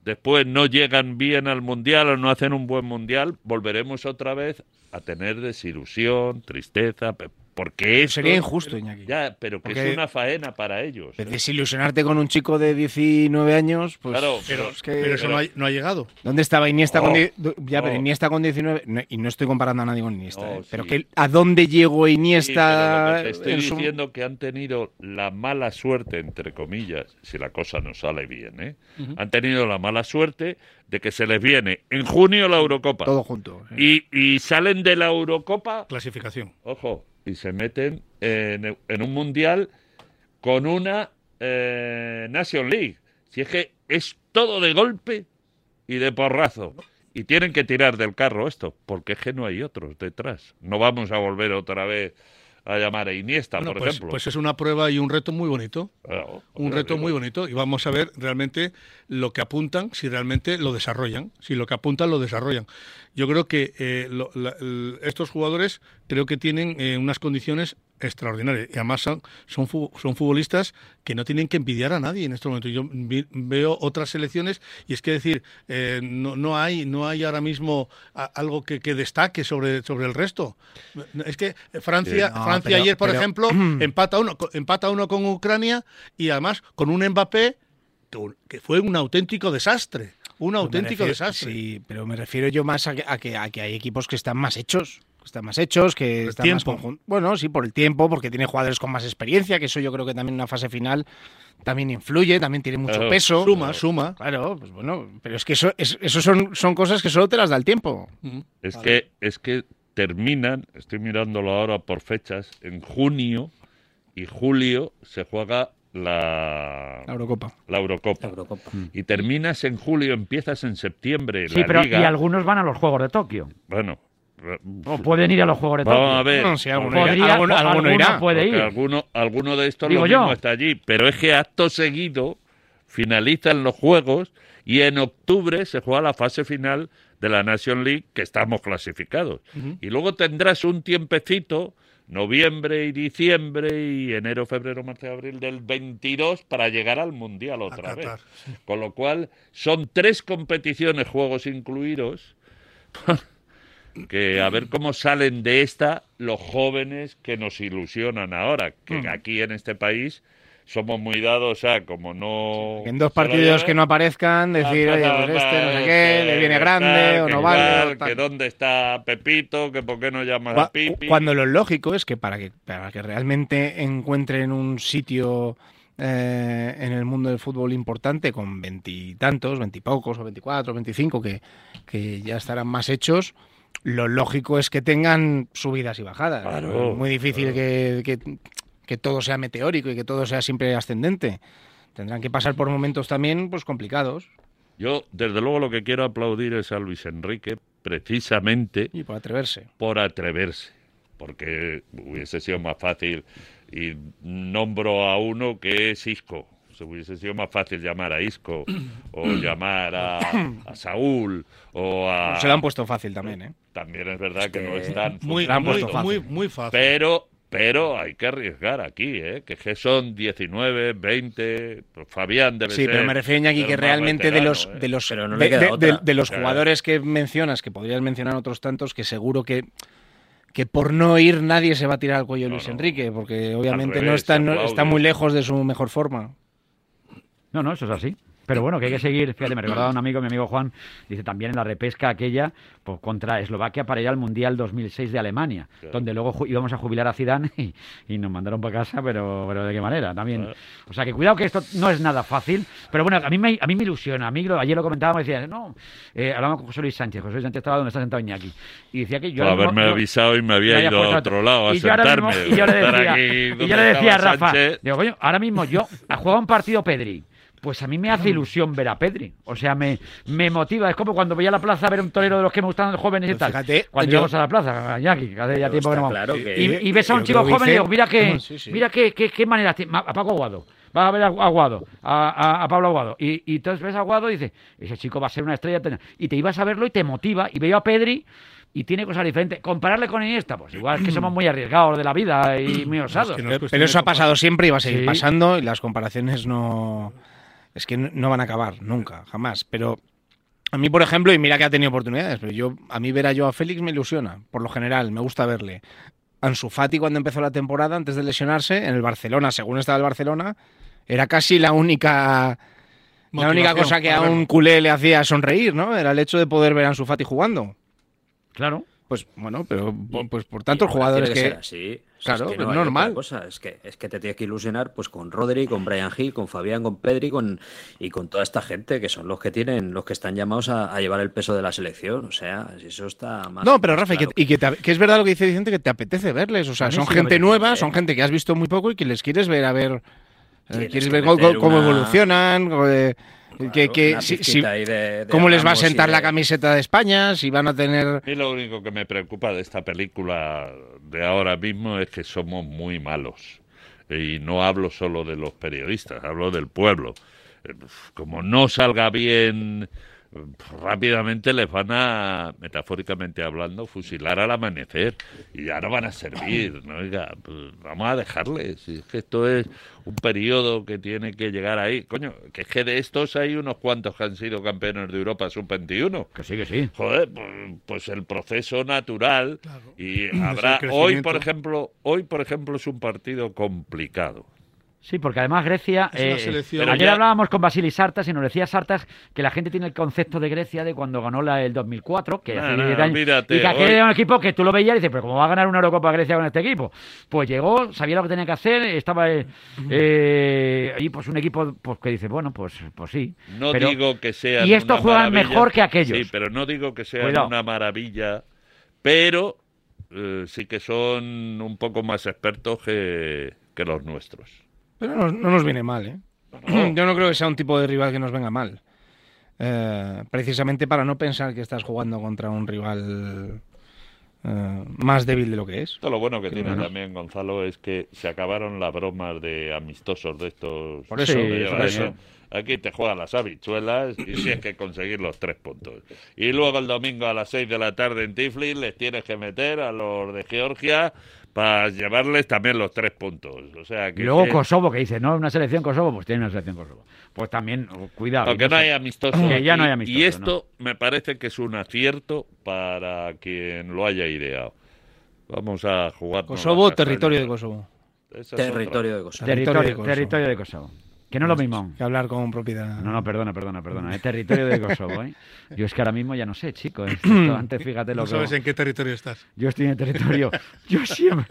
E: después no llegan bien al Mundial o no hacen un buen Mundial, volveremos otra vez a tener desilusión, tristeza, pe- porque esto-
C: Sería injusto, Iñaki.
E: Ya, pero que
C: Porque-
E: es una faena para ellos. ¿eh?
C: Pues Desilusionarte con un chico de 19 años, pues.
E: Claro,
C: pero
E: pero-
C: es que-
D: Pero eso no ha, no ha llegado.
C: ¿Dónde estaba Iniesta con
E: Oh,
C: die- do- ya, pero
E: oh.
C: Iniesta con 19 no, y no estoy comparando a nadie con Iniesta,
E: No,
C: eh, pero
E: sí.
C: que a dónde llegó
E: Sí, pero
C: Iniesta
E: lo que te estoy
C: en su-
E: diciendo que han tenido la mala suerte, entre comillas, si la cosa no sale bien, ¿eh? han tenido la mala suerte de que se les viene en junio la Eurocopa.
C: todo junto. eh.
E: Y, y salen de la Eurocopa,
D: Clasificación.
E: ojo, y se meten en, en un mundial con una eh, Nation League. Si es que es todo de golpe y de porrazo. Y tienen que tirar del carro esto, porque es que no hay otros detrás. No vamos a volver otra vez a llamar a
B: Ah,
E: Iniesta,
D: Bueno,
E: por
D: pues,
E: ejemplo.
D: pues es una prueba y un reto muy bonito.
E: Claro,
D: Un
E: te
D: reto
E: digo.
D: muy bonito y vamos a ver realmente lo que apuntan, si realmente lo desarrollan, si lo que apuntan lo desarrollan. Yo creo que eh, lo- la- el- estos jugadores creo que tienen eh, unas condiciones extraordinarias y además son, son, fu- son futbolistas que no tienen que envidiar a nadie en este momento. Yo vi- veo otras selecciones y es que decir, eh, no, no, hay, no hay ahora mismo a- algo que, que destaque sobre, sobre el resto. Es que Francia,
C: Sí, no,
D: Francia
C: pero-
D: ayer, por
C: pero-
D: ejemplo, empata uno, co- empata uno con Ucrania y además con un Mbappé que, un- que fue un auténtico desastre.
C: Pero
D: Un
C: me
D: auténtico
C: refiero-
D: desastre.
C: Pues Sí, pero me refiero yo más a que, a que, a que hay equipos que están más hechos. que Están más hechos, que
D: el
C: están más
D: tiempo.
C: conjun- Bueno, sí, por el tiempo, porque tiene jugadores con más experiencia, que eso yo creo que también en una fase final también influye, también tiene mucho
E: Claro,
C: peso.
D: Suma, suma.
C: Claro, pues bueno, pero es que eso, es- eso son, son cosas que solo te las da el tiempo.
D: Mm,
E: Es que es que terminan, estoy mirándolo ahora por fechas, en junio y julio se juega la,
C: La Eurocopa.
E: la Eurocopa.
F: la Eurocopa.
C: Mm.
E: Y terminas en julio, empiezas en septiembre.
B: Sí,
E: la
B: pero
E: Liga.
B: y algunos van a los Juegos de Tokio.
E: Bueno, re-
B: O pueden ir a los Juegos de Tokio.
E: vamos a ver.
C: No, si alguno irá.
E: porque-
B: Podría-
C: alguno- alguno
B: alguno
C: irá,
B: puede
E: porque
B: ir.
E: alguno, alguno de estos
B: Digo
E: lo mismo
B: yo.
E: está allí. Pero es que acto seguido finalizan los juegos y en octubre se juega la fase final de la Nation League, que estamos clasificados. Y luego tendrás un tiempecito, noviembre y diciembre y enero, febrero, marzo y abril del 22 para llegar al Mundial otra vez.
D: Qatar,
E: Con lo cual son tres competiciones, juegos incluidos, que a ver cómo salen de esta los jóvenes que nos ilusionan ahora, que
C: Mm.
E: aquí en este país somos muy dados a como no...
C: En dos
E: se lo
C: partidos
E: lleven,
C: que no aparezcan, decir,
E: ah,
C: oye,
E: ah,
C: pues este, no sé
E: ah,
C: qué, le viene
E: que
C: grande
E: tal,
C: o
E: que
C: no vale.
E: tal,
C: o tal.
E: Que dónde está Pepito, que por qué no llamas
C: Cua-
E: a Pipi.
C: Cuando lo lógico es que para que, para que realmente encuentren un sitio eh, en el mundo del fútbol importante con veintitantos, veintipocos o veinticuatro, veinticinco, que, que ya estarán más hechos, lo lógico es que tengan subidas y bajadas.
E: Claro,
C: Es Muy difícil que, que- que todo sea meteórico y que todo sea siempre ascendente. Tendrán que pasar por momentos también pues complicados.
E: Yo, desde luego, lo que quiero aplaudir es a Luis Enrique, precisamente
C: Y por atreverse.
E: por atreverse, porque hubiese sido más fácil. Y nombro a uno que es Isco. Se hubiese sido más fácil llamar a Isco, o llamar a, a Saúl, o a.
C: Se lo han puesto fácil también, ¿eh?
E: También es verdad que no
B: Este,
F: Eh,
E: están.
D: Muy,
C: La han
D: muy,
C: puesto fácil.
D: muy, muy fácil.
E: Pero, pero hay que arriesgar aquí, ¿eh? que, que son 19, 20. pues Fabián debe
C: Sí, pero
E: ser
C: me refiero Iñaki
E: el
C: que
E: más
C: realmente de
E: veterano,
C: los
E: ¿eh?
C: de los
F: Pero no
C: de,
F: le queda
C: de-
F: otra.
C: de- de los
E: Claro.
C: jugadores que mencionas, que podrías mencionar otros tantos que seguro que que por no ir nadie se va a tirar al cuello de
E: No,
C: Luis
E: no.
C: Enrique, porque obviamente no
E: revés,
C: está no-
E: aplaude.
C: está muy lejos de su mejor forma.
B: No, no, eso es así. Pero bueno, que hay que seguir. Fíjate, me recordaba un amigo, mi amigo Juan, dice también en la repesca aquella pues, contra Eslovaquia para ir al Mundial 2006 de Alemania,
E: Claro.
B: donde luego ju- íbamos a jubilar a Zidane y, y nos mandaron para casa, pero, pero de qué manera también.
E: Ah.
B: O sea, que cuidado que esto no es nada fácil, pero bueno, a mí me, a mí me ilusiona. A mí lo- ayer lo comentábamos, decía, no, eh, hablamos con José Luis Sánchez. José Luis Sánchez estaba donde está sentado Iñaki. Y decía que yo...
E: Por
B: ahora mismo-
E: haberme
B: yo-
E: avisado y me
B: me
E: había
B: haya
E: ido a
B: puesto
E: otro lado a
B: y yo ahora
E: sentarme.
B: mismo- y yo le
E: estar
B: decía,
E: aquí
B: y
E: donde
B: yo le decía a
E: estaba
B: Rafa,
E: Sánchez.
B: digo, coño, ahora mismo yo a jugar un partido Pedri. Pues a mí me hace ilusión ver a Pedri. O sea, me, me motiva. Es como cuando voy a la plaza a ver un torero de los que me gustan jóvenes y
C: Pues
B: tal.
C: fíjate,
B: cuando
C: yo-
B: íbamos a la plaza, Iñaki, que hace ya
F: Pero
B: tiempo que no
F: está
B: vamos.
F: claro que-
B: y, y ves a un
C: Yo
B: chico
C: creo que
B: joven y
C: dice-
B: digo, mira que,
C: (laughs) Sí, sí.
B: mira qué, qué, qué manera. tiene- A Paco Aguado. Vas a ver a Aguado, a, a- a Pablo Aguado. Y, y entonces ves a Aguado y dices, ese chico va a ser una estrella. eterna. Y te ibas a verlo y te motiva. Y veo a Pedri y tiene cosas diferentes. Compararle con Iniesta, pues igual
D: (clears throat)
B: es que somos muy arriesgados de la vida y muy osados.
D: Pues que no-
B: Pero
D: Pero es
C: Pero,
D: cuestión de
C: eso ha
D: comparar.
C: pasado siempre y va a seguir
B: Sí.
C: pasando y las comparaciones no... Es que no- no van a acabar, nunca, jamás. Pero a mí, por ejemplo, y mira que ha tenido oportunidades, pero yo a mí ver a Joao Félix me ilusiona, por lo general, me gusta verle. Ansu Fati cuando empezó la temporada, antes de lesionarse, en el Barcelona, según estaba el Barcelona, era casi la única... La única
D: Motivación
C: cosa que a
D: para
C: un
D: verlo.
C: culé le hacía sonreír, ¿no? Era el hecho de poder ver a Ansu Fati jugando.
B: Claro.
C: Pues bueno, pero po- pues por
F: tanto
C: tantos jugadores que, Claro,
F: Claro,
C: pero
F: es
C: normal.
F: normal. Es que, es que te tienes que ilusionar pues con Rodri, con Brian Hill, con Fabián, con Pedri con, y con toda esta gente que son los que tienen, los que están llamados a, a llevar el peso de la selección. O sea, si eso está más.
C: No, pero Rafa, y que-
F: claro.
C: y que, te ap- que es verdad lo que dice Vicente, que te apetece verles. O
B: A
C: sea,
B: mí
C: son
B: sí me
C: gente
B: apetece,
C: nueva,
F: ¿eh?
C: son gente que has visto muy poco y que les quieres ver a ver. eh,
F: Tienes
C: Quieres
F: que
C: ver cómo,
F: meter
C: cómo
F: una-
C: evolucionan, eh, que,
F: Claro,
C: que
F: una
C: si-
F: pizquita
C: si-
F: ahí de- de
C: cómo les va a
F: Ramos y
C: sentar la
F: de-
C: camiseta de España, si van a tener.
E: A mí lo único que me preocupa de esta película de ahora mismo es que somos muy malos. Y no hablo solo de los periodistas, hablo del pueblo. Eh, Como no salga bien, eh, rápidamente les van a, metafóricamente hablando, fusilar al amanecer. Y ya no van a servir. ¿no? Oiga, pues vamos a dejarles. Si es que esto es un periodo que tiene que llegar ahí. Coño, que es que de estos hay unos cuantos que han sido campeones de Europa sub-21
B: Que sí, que sí.
E: joder, pues, pues el proceso natural
D: Claro. (clears throat)
E: y
D: Es el
E: habrá hoy
D: crecimiento.
E: por ejemplo, hoy por ejemplo es un partido complicado.
B: Sí, porque además Grecia. eh,
D: Es una selección. Pero
B: ayer
E: ya-
B: hablábamos con Basili Sartas y nos decía Sartas que la gente tiene el concepto de Grecia de cuando ganó la, el 2004, que
E: No,
B: hace
E: no,
B: 10 años,
E: olvídate,
B: y que aquel
E: Ah, hoy-
B: era un equipo que tú lo veías y dices, pero ¿cómo va a ganar una Eurocopa Grecia con este equipo? Pues llegó, sabía lo que tenía que hacer, estaba. eh, eh, y pues un equipo pues, que dice, bueno, pues, pues sí.
E: No
B: pero-
E: digo que sea
B: y estos juegan mejor que aquellos.
E: Sí, pero no digo que sea
B: Cuidado.
E: una maravilla, pero eh, sí que son un poco más expertos que, que los nuestros.
C: Pero no, no nos viene mal, ¿eh? (clears throat) Yo no creo que sea un tipo de rival que nos venga mal. Eh, precisamente para no pensar que estás jugando contra un rival eh, más débil de lo que es.
E: Esto lo bueno que
C: Qué
E: tiene
C: bueno.
E: también Gonzalo es que se acabaron las bromas de amistosos de estos.
C: Por eso,
E: que
B: Sí,
E: llevan
B: por
E: eso.
B: eso.
E: Aquí te juegan las habichuelas y tienes que conseguir los tres puntos. Y luego el domingo a las seis de la tarde en Tiflis les tienes que meter a los de Georgia para llevarles también los tres puntos. O sea que
B: Y luego
E: que-
B: Kosovo, que dice, no, una selección Kosovo, pues tiene una selección Kosovo. Pues también, oh, cuidado.
E: Aunque
B: que
E: no
B: sé.
E: hay amistosos
B: Que ya
E: aquí.
B: no hay amistosos,
E: Y esto me parece que es un acierto para quien lo haya ideado. Vamos a jugar.
C: Kosovo, territorio de Kosovo.
F: Territorio de
B: territorio,
F: Kosovo.
C: territorio
B: territorio de
C: de Kosovo.
B: Kosovo. Que no es lo mismo.
C: Que hablar con propiedad.
B: No, no, perdona, perdona, perdona. Es territorio de Kosovo, ¿eh? Yo es que ahora mismo ya no sé, chico. es esto, antes fíjate lo
D: No sabes
B: que...
D: en qué territorio estás.
B: Yo estoy en el territorio... Yo siempre...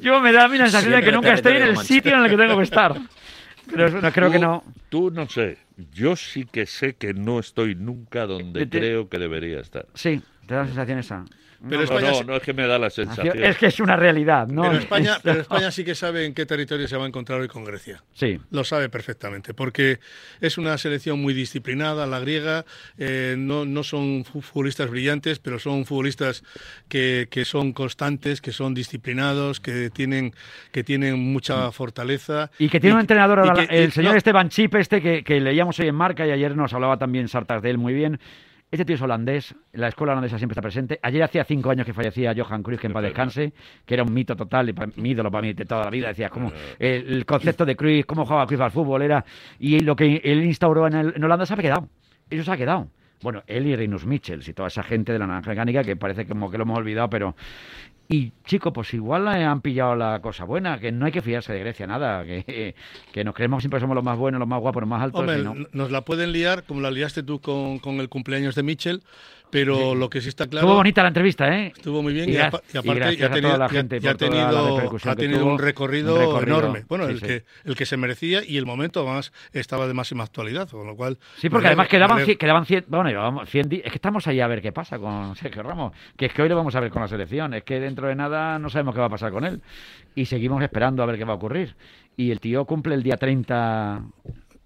B: Yo me da a mí la sensación de
F: Siempre
B: que nunca estoy en el
F: territorio,
B: sitio en el que tengo que estar. Pero eso no,
D: Uh.
B: creo que no...
E: Tú no sé. Yo sí que sé que no estoy nunca donde
B: Te- Eh, te-
E: creo que debería estar.
B: Sí, te da la sensación esa.
D: Pero
E: No,
D: España,
E: no,
D: sí-
E: no es que me da la
B: Sensación-
E: sensación.
B: Es que es una realidad, ¿no?
D: pero España- pero España sí que sabe en qué territorio se va a encontrar hoy con Grecia.
B: Sí.
D: Lo sabe perfectamente, porque es una selección muy disciplinada, la griega. eh, no, no son fu- futbolistas brillantes, pero son futbolistas que, que son constantes, que son disciplinados, que tienen, que tienen mucha fortaleza.
B: Mm. Y que tiene un entrenador,
D: y
B: ahora,
D: que-
B: el
D: y-
B: señor
D: no,
B: Esteban Chip, este que, que leíamos hoy en Marca y ayer nos hablaba también Sartas de él muy bien. Este tío es holandés, la escuela holandesa siempre está presente. Ayer hacía cinco años que fallecía Johan Cruyff, que en paz descanse, que era un mito total, y pa- mi ídolo para mí de toda la vida. Decía, como el, el concepto de Cruyff, cómo jugaba Cruyff al fútbol, era. Y lo que él instauró en, el- en Holanda se ha quedado. Eso se ha quedado. Bueno, él y Rinus Michels y toda esa gente de la naranja mecánica que parece como que lo hemos olvidado, pero Y chico, pues igual eh, han pillado la cosa buena, que no hay que fiarse de Grecia nada, (laughs) que, que nos creemos siempre somos los más buenos, los más guapos, los más altos.
D: Hombre,
B: y pues, no.
D: n- nos la pueden liar, como la liaste tú con, con el cumpleaños de Mitchell, pero lo que sí está claro.
B: Estuvo bonita la entrevista, ¿eh?
D: Estuvo muy bien
B: Y
D: y,
B: gra-
D: apa-
B: y
D: y aparte
B: gracias
D: ya
B: a
D: ha tenido,
B: toda la
D: ya-
B: gente
D: ya ha
B: por toda la
D: tenido-
B: repercusión
D: ha
B: que
D: tenido
B: tuvo.
D: un, recorrido
B: Un recorrido,
D: enorme. Bueno,
B: sí,
D: el,
B: sí.
D: Que, el que se merecía y el momento además estaba de máxima actualidad, con lo cual...
B: Sí, porque
D: me
B: además
D: alegro-
B: quedaban,
D: me
B: cien-
D: alegro.
B: quedaban 100, bueno, llevábamos 100 días. Es que estamos ahí a ver qué pasa con (laughs) Sergio Ramos, que es que hoy lo vamos a ver con la selección, es que dentro de nada no sabemos qué va a pasar con él y seguimos esperando a ver qué va a ocurrir. Y el tío cumple el día 30,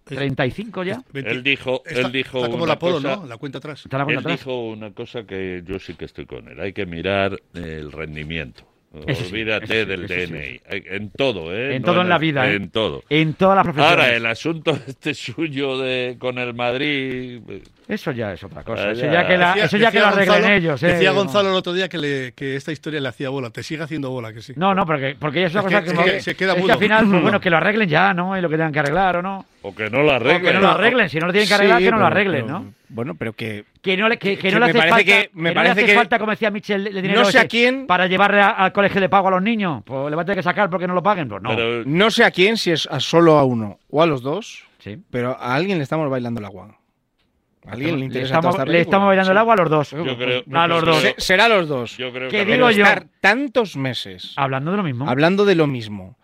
B: 35 ya.
D: Veinti-
E: Él dijo,
D: está,
E: él dijo
D: está como el
E: una
D: apodo,
E: cosa-
D: ¿no? La cuenta atrás.
B: Está la
E: Él
B: cuenta atrás.
E: dijo una cosa que yo sí que estoy con él. Hay que mirar eh, el rendimiento.
B: Eso sí,
E: Olvídate
B: eso sí,
E: del
B: eso sí.
E: DNI. Hay- En todo, ¿eh?
B: En
E: No
B: todo en la vida, ¿eh?
E: En todo.
B: En todas las profesiones.
E: Ahora, el asunto (laughs) este suyo de con el Madrid... eh,
B: Eso ya es otra cosa.
E: Ah,
B: Eso
E: ya.
B: ya que, la-
D: Decía-
B: eso ya que
D: decía
B: lo arreglen
D: Gonzalo-
B: ellos. ¿eh?
D: Decía
B: No.
D: Gonzalo el otro día que, le- que esta historia le hacía bola. Te sigue haciendo bola, que sí.
B: No, no, porque, porque ya es una
D: Es
B: cosa
D: que-
B: que,
D: es
B: como
D: que
B: que-
D: se queda
B: es que
D: mudo.
B: al final, pues, bueno, que lo arreglen ya, ¿no? Y lo que tengan que arreglar o no.
E: O que no lo
B: O
E: arreglen.
B: que no lo arreglen. Si no lo tienen que arreglar,
C: Sí,
B: que no lo
C: pero-
B: arreglen,
C: pero-
B: ¿no?
C: Bueno, pero que
B: Que no le, que, que
C: Que
B: no le
C: me
B: hace
C: parece
B: falta,
C: que-
B: que
C: me
B: no le
C: parece
B: hace
C: que-
B: falta, como decía Michel, el dinero
C: No sé a
B: ese
C: quién-
B: para llevar a- al colegio de pago a los niños. Pues le va a tener que sacar porque no lo paguen. Pues no.
E: Pero
C: no sé a quién, si es a solo a uno o a los dos,
B: Sí.
C: pero a alguien le estamos bailando el agua. A alguien le interesa toda
B: estamos,
C: esta
B: le estamos
C: película.
B: bailando el agua a los dos.
E: yo creo...
B: A los dos.
C: Se- será los dos.
E: Yo creo
B: ¿Qué
E: que...
B: digo
C: pero
B: yo? Ah,
C: estar tantos meses
B: Hablando de lo mismo.
C: hablando de lo mismo,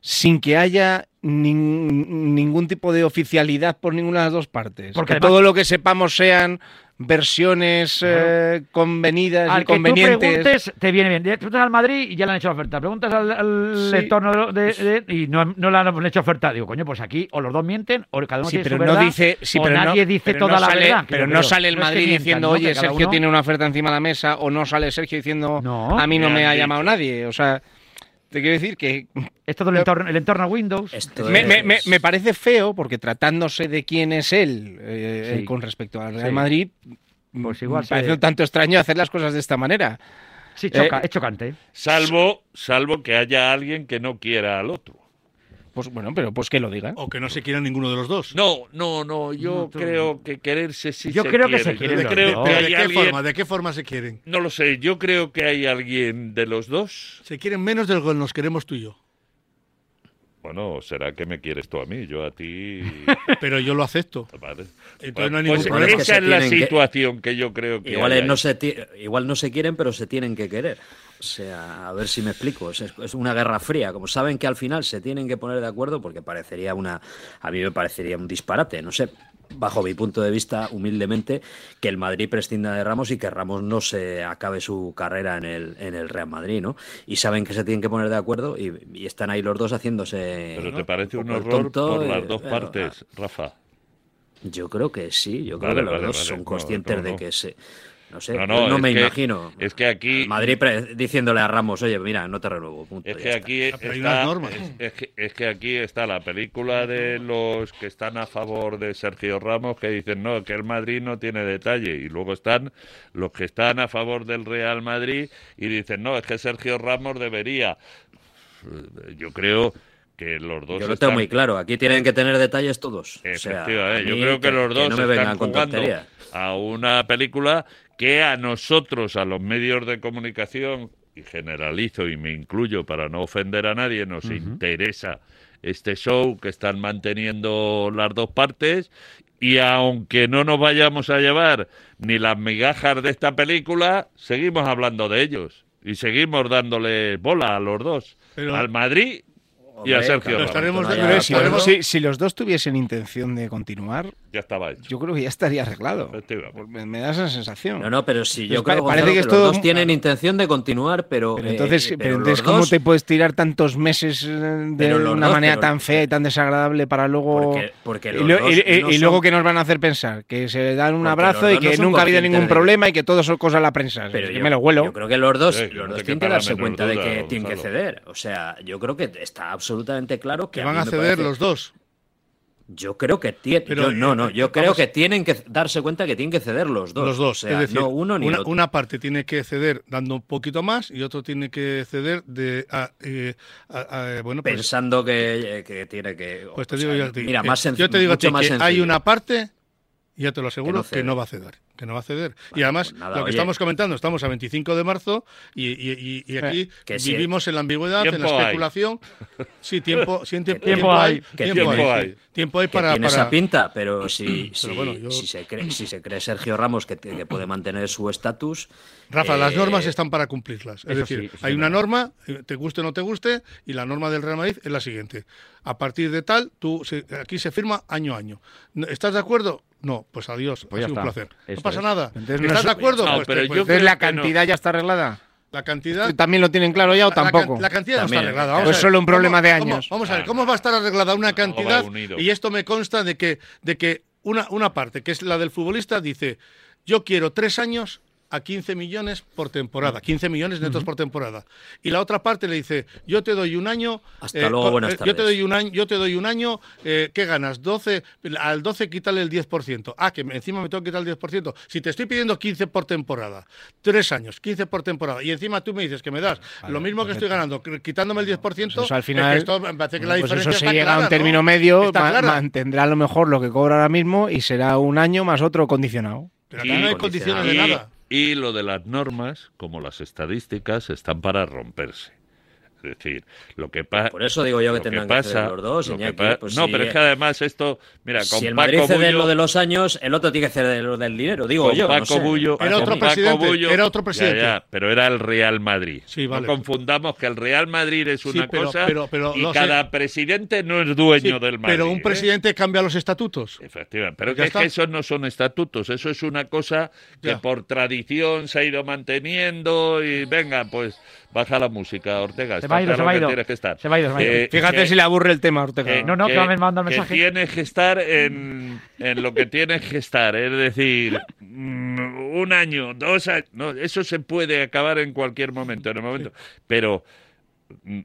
C: sin que haya nin- ningún tipo de oficialidad por ninguna de las dos partes.
B: Porque
C: que
B: además-
C: todo lo que sepamos sean versiones eh, convenidas
B: Al
C: y
B: que tú
C: convenientes.
B: preguntes, te viene bien. Tú estás al Madrid y ya le han hecho la oferta. Preguntas al, al
C: Sí.
B: entorno de, de- y no, no le han hecho oferta. Digo, coño, pues aquí o los dos mienten o cada uno
C: Sí,
B: tiene
C: pero
B: su
C: no
B: verdad,
C: dice, sí,
B: o
C: pero no-
B: nadie dice
C: pero
B: toda
C: no
B: la
C: sale-
B: verdad. que
C: Pero
B: yo
C: no
B: creo.
C: sale el
B: No es que
C: Madrid
B: mientan,
C: diciendo,
B: ¿no?
C: oye,
B: Que cada
C: Sergio
B: uno-
C: tiene una oferta encima de la mesa, o no sale Sergio diciendo,
B: No.
C: a mí no
E: Me
C: me
E: han
C: ha llamado
E: dicho.
C: nadie. O sea, te quiero decir que
B: Es todo el entorno, el entorno Windows.
F: Esto
C: Me, me-
F: es-
C: me- me parece feo porque tratándose de quién es él eh,
B: Sí.
C: con respecto al Real
B: Sí.
C: Madrid,
B: Pues igual
C: me parece
B: se-
C: un tanto extraño hacer las cosas de esta manera.
B: Sí, choca,
C: Eh,
B: es chocante.
E: Salvo, salvo que haya alguien que no quiera al otro.
C: Pues bueno, pero pues que lo diga.
D: O que no se quiera ninguno de los dos.
E: No, no, no. Yo
B: No, tú-
E: creo que quererse sí
B: Yo
E: se
B: creo que
E: quiere.
B: se quieren
E: Yo
B: los
E: creo
B: dos.
E: que
D: Pero
E: hay
D: ¿De qué
E: alguien-
D: forma? ¿De qué forma se quieren?
E: No lo sé, yo creo que hay alguien de los dos.
D: Se quieren menos del gol, nos queremos tú y yo.
E: Bueno, será que me quieres tú a mí, yo a ti.
D: (laughs) Pero yo lo acepto.
E: Vale.
D: Entonces no hay
E: Pues
D: ningún problema.
E: Esa es la
F: Que se tienen que-
E: situación que yo creo que.
F: Igual,
E: hay
F: es- no
E: ahí.
F: se ti- igual no se quieren, pero se tienen que querer. O sea, a ver si me explico. Es, es una guerra fría. Como saben que al final se tienen que poner de acuerdo, porque parecería una. A mí me parecería un disparate, no sé. Bajo mi punto de vista, humildemente, que el Madrid prescinda de Ramos y que Ramos no se acabe su carrera en el, en el Real Madrid, ¿no? Y saben que se tienen que poner de acuerdo y, y están ahí los dos haciéndose.
E: Pero
F: ¿no?
E: te parece un
F: poco el
E: horror
F: tonto,
E: por
F: eh,
E: las dos
F: bueno, ah,
E: partes, Rafa.
F: yo creo que sí, yo creo
E: Vale,
F: que los
E: vale,
F: dos
E: vale.
F: son
E: No,
F: conscientes
E: no, no.
F: de que se. No sé,
E: No,
F: no,
E: no, es
F: me
E: que-
F: imagino.
E: es que aquí-
F: Madrid pre- diciéndole a Ramos, oye, mira, no te renuevo. punto,
E: Es
F: ya
E: que
F: está".
E: aquí
D: Pero hay unas
E: está,
D: normas.
E: es, es que, es que aquí está la película de los que están a favor de Sergio Ramos que dicen no que el Madrid no tiene detalle y luego están los que están a favor del Real Madrid y dicen no es que Sergio Ramos debería. Yo creo que los dos
F: Yo lo
E: están
F: tengo muy claro. Aquí tienen que tener detalles todos. O sea,
E: Efectivamente, ¿eh? yo
F: a mí
E: creo que los dos
F: no me vengan
E: están
F: con
E: jugando
F: tonterías.
E: a una película que a nosotros, a los medios de comunicación, y generalizo y me incluyo para no ofender a nadie, nos interesa este show que están manteniendo las dos partes. Y aunque no nos vayamos a llevar ni las migajas de esta película, seguimos hablando de ellos y seguimos dándole bola a los dos,
D: Pero-
E: al Madrid y a
F: Hombre,
E: Sergio.
F: claro,
E: Ramos.
D: estaremos
F: que no
D: de-
F: haya
D: pero
C: si,
D: claro.
F: acuerdo.
C: si- si los dos tuviesen intención de continuar,
E: Ya estaba hecho.
C: yo creo que ya estaría arreglado.
E: Efectivamente.
C: Me, me da esa sensación.
F: No, no, pero si yo
C: Entonces,
F: creo
C: pa- Pues parece
F: Gonzalo,
C: que
F: que,
C: esto-
F: los dos tienen intención de continuar, pero.
C: Pero
F: eh,
C: entonces,
F: eh,
C: pero
F: pero
C: entonces
F: los
C: ¿cómo
F: dos-
C: te puedes tirar tantos meses eh, de
F: Pero los
C: una
F: dos,
C: manera
F: pero-
C: tan fea y tan desagradable para luego...
F: Porque- porque
C: y,
F: los
C: lo-
F: dos
C: y- y-
F: no
C: y luego
F: son-
C: que nos van a hacer pensar, que se dan un
F: Porque
C: abrazo
F: los
C: y
F: dos no
C: que
F: son
C: nunca ha habido
F: conscientes
C: ningún
F: de que-
C: problema y que todo son cosas de la prensa.
F: Pero
C: Es que
F: yo,
C: me lo
F: yo
C: huelo.
F: creo que los dos,
E: Sí, no
F: los
E: te
F: dos tienen que
E: quepa la
F: darse
E: menor
F: cuenta de
E: duda,
F: que tienen que
E: Gonzalo.
F: ceder. O sea, yo creo que está absolutamente claro que.
D: Que
F: a
D: van
F: mí
D: a
F: me
D: ceder
F: parece-
D: los dos.
F: Yo creo que tiene.
D: Pero,
F: yo- no, no.
D: eh,
F: Yo creo
D: vamos-
F: que tienen que darse cuenta que tienen que ceder los dos.
D: Los dos.
F: O sea,
D: es decir,
F: no uno ni
D: una,
F: el otro.
D: una parte tiene que ceder dando un poquito más y otro tiene que ceder de. a- eh, a- a- eh, bueno, pues,
F: Pensando que, eh, que tiene que.
D: pues te
F: o
D: digo
F: sea,
D: yo a ti.
F: Mira,
D: que-
F: más senc-
D: Yo te digo a
F: mucho
D: ti
F: más
D: que hay
F: sencillo.
D: una parte, ya te lo aseguro,
F: no
D: que no,
F: cede.
D: va a ceder. que no va a ceder. y
F: Bueno,
D: además,
F: pues nada,
D: lo que
F: oye.
D: estamos comentando, estamos a 25 de marzo y, y- y- y aquí
F: que sí.
D: vivimos en la ambigüedad, en la
E: Tiempo hay.
D: especulación. Sí, tiempo,
F: (laughs)
D: sí, tiempo,
B: tiempo hay.
F: Que
D: tiempo
E: tiempo
D: hay,
E: hay.
D: sí. Tiempo hay
F: que
D: para...
F: tiene
D: para-
F: esa pinta,
D: (clears throat)
F: pero si, si,
D: bueno, yo-
F: si se cree, si se cree Sergio Ramos que, que puede mantener su estatus.
D: Rafa,
F: eh,
D: las normas están para cumplirlas. Es
B: eso sí,
D: decir,
B: eso sí
D: hay
B: es
D: una
B: verdad.
D: norma, eh, te guste o no te guste, y la norma del Real Madrid es la siguiente. A partir de tal, tú se- aquí se firma año a año. No, ¿Estás de acuerdo? No, pues adiós.
B: Pues ya
D: ha sido un
B: está.
D: placer.
B: Eso
D: no pasa
B: es.
D: nada.
C: Entonces no
D: ¿Estás
C: es-
D: de acuerdo?
E: No,
D: Pues te-
E: pero
D: pues
E: yo
D: te-
C: Entonces la
E: creo que no.
C: cantidad ya está arreglada.
D: la cantidad.
C: ¿También lo tienen claro ya o
D: la- la
C: tampoco?
D: can- La, cantidad
F: También.
D: no está arreglada. Vamos
C: Pues
D: a ver,
C: solo un
D: ¿cómo-
C: problema de
D: cómo-
C: años.
D: vamos a ver,
E: Ah,
D: ¿cómo va a estar arreglada una
E: va
D: cantidad?
E: unido.
D: Y esto me consta de que, de que una, una parte, que es la del futbolista, dice: Yo quiero tres años a 15 millones por temporada, 15 millones netos por temporada. Y la otra parte le dice, yo te doy un año, eh,
F: Hasta luego,
D: co- yo
F: buenas
D: te
F: tardes.
D: doy un año, yo te doy un año, eh, ¿qué ganas? 12, al 12 quítale el 10%. Ah, que me- encima me tengo que quitar el 10%. Si te estoy pidiendo 15 por temporada, tres años, 15 por temporada, y encima tú me dices que me das lo mismo que estoy ganando, qu- quitándome el 10%,
C: Pues eso al
D: es que
C: final,
D: esto me parece que la
C: Pues
D: diferencia
C: eso se
D: está
C: llega a
D: clara,
C: un
D: ¿no?
C: término medio,
D: Está
C: ma-
D: clara.
C: mantendrá a lo mejor lo que cobra ahora mismo y será un año más otro condicionado.
D: Pero aquí no hay condiciones de
E: Y-
D: nada.
E: Y lo de las normas, como las estadísticas, están para romperse. Es decir, lo que, pasa
F: Por eso digo yo que
E: lo que
F: Pues, tendrán que,
E: pasa.
F: ceder los dos.
E: lo que
F: Iñaki,
E: pa-
F: pues
E: no,
F: si-
E: pero es que además esto. Mira, con
F: si el Madrid
E: Paco
F: cede
E: Bullo.
F: lo de los años, el otro tiene que ceder lo del dinero. Digo
E: con
F: yo. no
E: Paco
F: sé.
E: Bullo.
D: Era
E: con
D: otro
E: Paco
D: presidente,
E: Bullo-
D: era otro
E: Ya,
D: presidente.
E: ya, pero era el Real Madrid.
D: Sí, vale.
E: No confundamos que el Real Madrid es
D: Sí,
E: una
D: pero-
E: cosa
D: pero- pero
E: y
D: lo sé.
E: cada presidente no es dueño
D: Sí,
E: del Madrid.
D: pero un
E: ¿eh?
D: presidente cambia los estatutos.
E: Efectivamente, pero
D: Ya
E: que es
D: está.
E: que esos no son estatutos, eso es una cosa que
D: Ya.
E: por tradición se ha ido manteniendo y venga, pues baja la música, Ortega.
B: Se
E: está
B: va a ir,
E: claro
B: se va a
E: que
B: ir.
E: tienes que estar.
B: Se va a ir, se va a ir.
E: Eh,
C: Fíjate
E: que-
C: si le aburre el tema, Ortega.
F: eh,
E: que-
B: No, no, que va a me manda
E: que
B: mensaje.
E: tienes que estar en, en lo que tienes que estar, es decir, mm, un año, dos años. No, eso se puede acabar en cualquier momento, en el momento. Pero mm,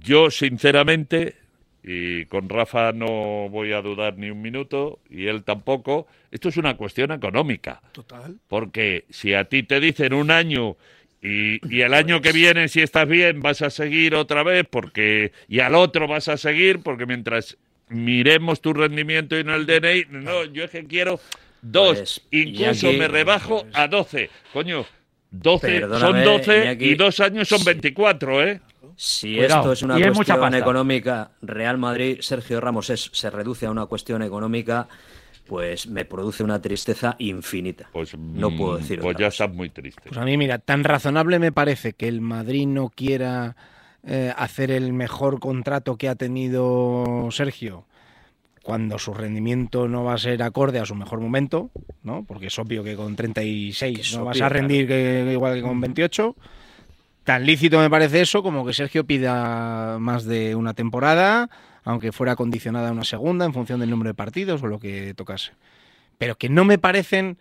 E: yo, sinceramente, y con Rafa no voy a dudar ni un minuto, y él tampoco, esto es una cuestión económica.
D: Total.
E: Porque si a ti te dicen un año y, y el año que viene, si estás bien, vas a seguir otra vez, porque y al otro vas a seguir, porque mientras miremos tu rendimiento y no el DNI, no, yo es que quiero dos,
F: Pues,
E: incluso
F: Iñaki, pues.
E: me rebajo a 12. Coño, 12 son
F: Perdóname,
E: 12 y
F: Iñaki.
E: dos años son
F: Sí.
E: 24, ¿eh?
F: Si
B: Cuidado,
F: esto es una
B: y es
F: cuestión
B: mucha pasta.
F: económica, Real Madrid, Sergio Ramos es- se reduce a una cuestión económica, pues me produce una tristeza infinita.
E: Pues,
F: No puedo
E: mm,
F: decir
E: Pues
F: otra
E: ya
F: cosa.
E: estás muy triste.
C: Pues a mí, mira, tan razonable me parece que el Madrid no quiera eh, hacer el mejor contrato que ha tenido Sergio cuando su rendimiento no va a ser acorde a su mejor momento, ¿no? Porque es obvio que con 36
F: Que es
C: no
F: obvio,
C: vas a rendir que- igual que con 28. Tan lícito me parece eso como que Sergio pida más de una temporada, aunque fuera condicionada a una segunda en función del número de partidos o lo que tocase. Pero que no me parecen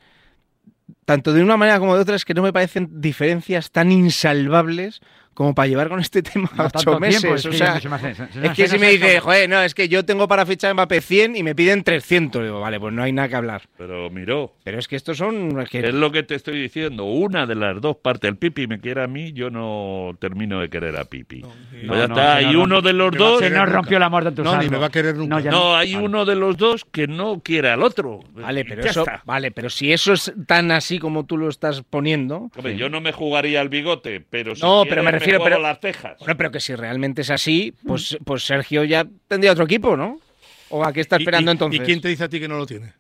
C: tanto de una manera como de otra, es que no me parecen diferencias tan insalvables como para llevar con este (laughs) tema
B: No, tanto
C: ocho meses.
B: tiempo, es
C: o
B: que
C: sea,
B: se me hace- se- se
C: es que
B: hace-
C: si me
B: se-
C: dice, joder, no, es que yo tengo para fichar a Mbappé 100 y me piden 300, digo, vale, pues no hay nada que hablar.
E: Pero miró.
C: Pero es que estos son. es que-
E: Es lo que te estoy diciendo. Una de las dos partes. El Pipi me quiere a mí, yo no termino de querer a Pipi. pues
B: no,
E: ya
B: no,
E: está.
B: no,
E: hay
B: no,
E: uno
B: no.
E: de los
D: Que va a
E: dos.
B: Se
D: ser-
B: nos rompió el amor de
D: No, ni me va a querer nunca.
B: No, ya
E: No,
B: no. Ah,
E: hay
B: Vale.
E: uno de los dos que no quiere al otro.
C: Vale,
E: Y
C: pero
E: ya
C: eso.
E: está.
C: Vale, pero si eso es tan así como tú lo estás poniendo.
E: Hombre, yo no me jugaría al bigote, pero si
C: No,
E: quieres,
C: pero me refiero,
E: juego
C: pero-
E: las cejas.
C: Bueno, pero que si realmente es así, pues, pues Sergio ya tendría otro equipo, ¿no? ¿O a qué está
D: ¿Y-
C: esperando
D: y-
C: entonces?
D: ¿Y quién te dice a ti que no lo tiene?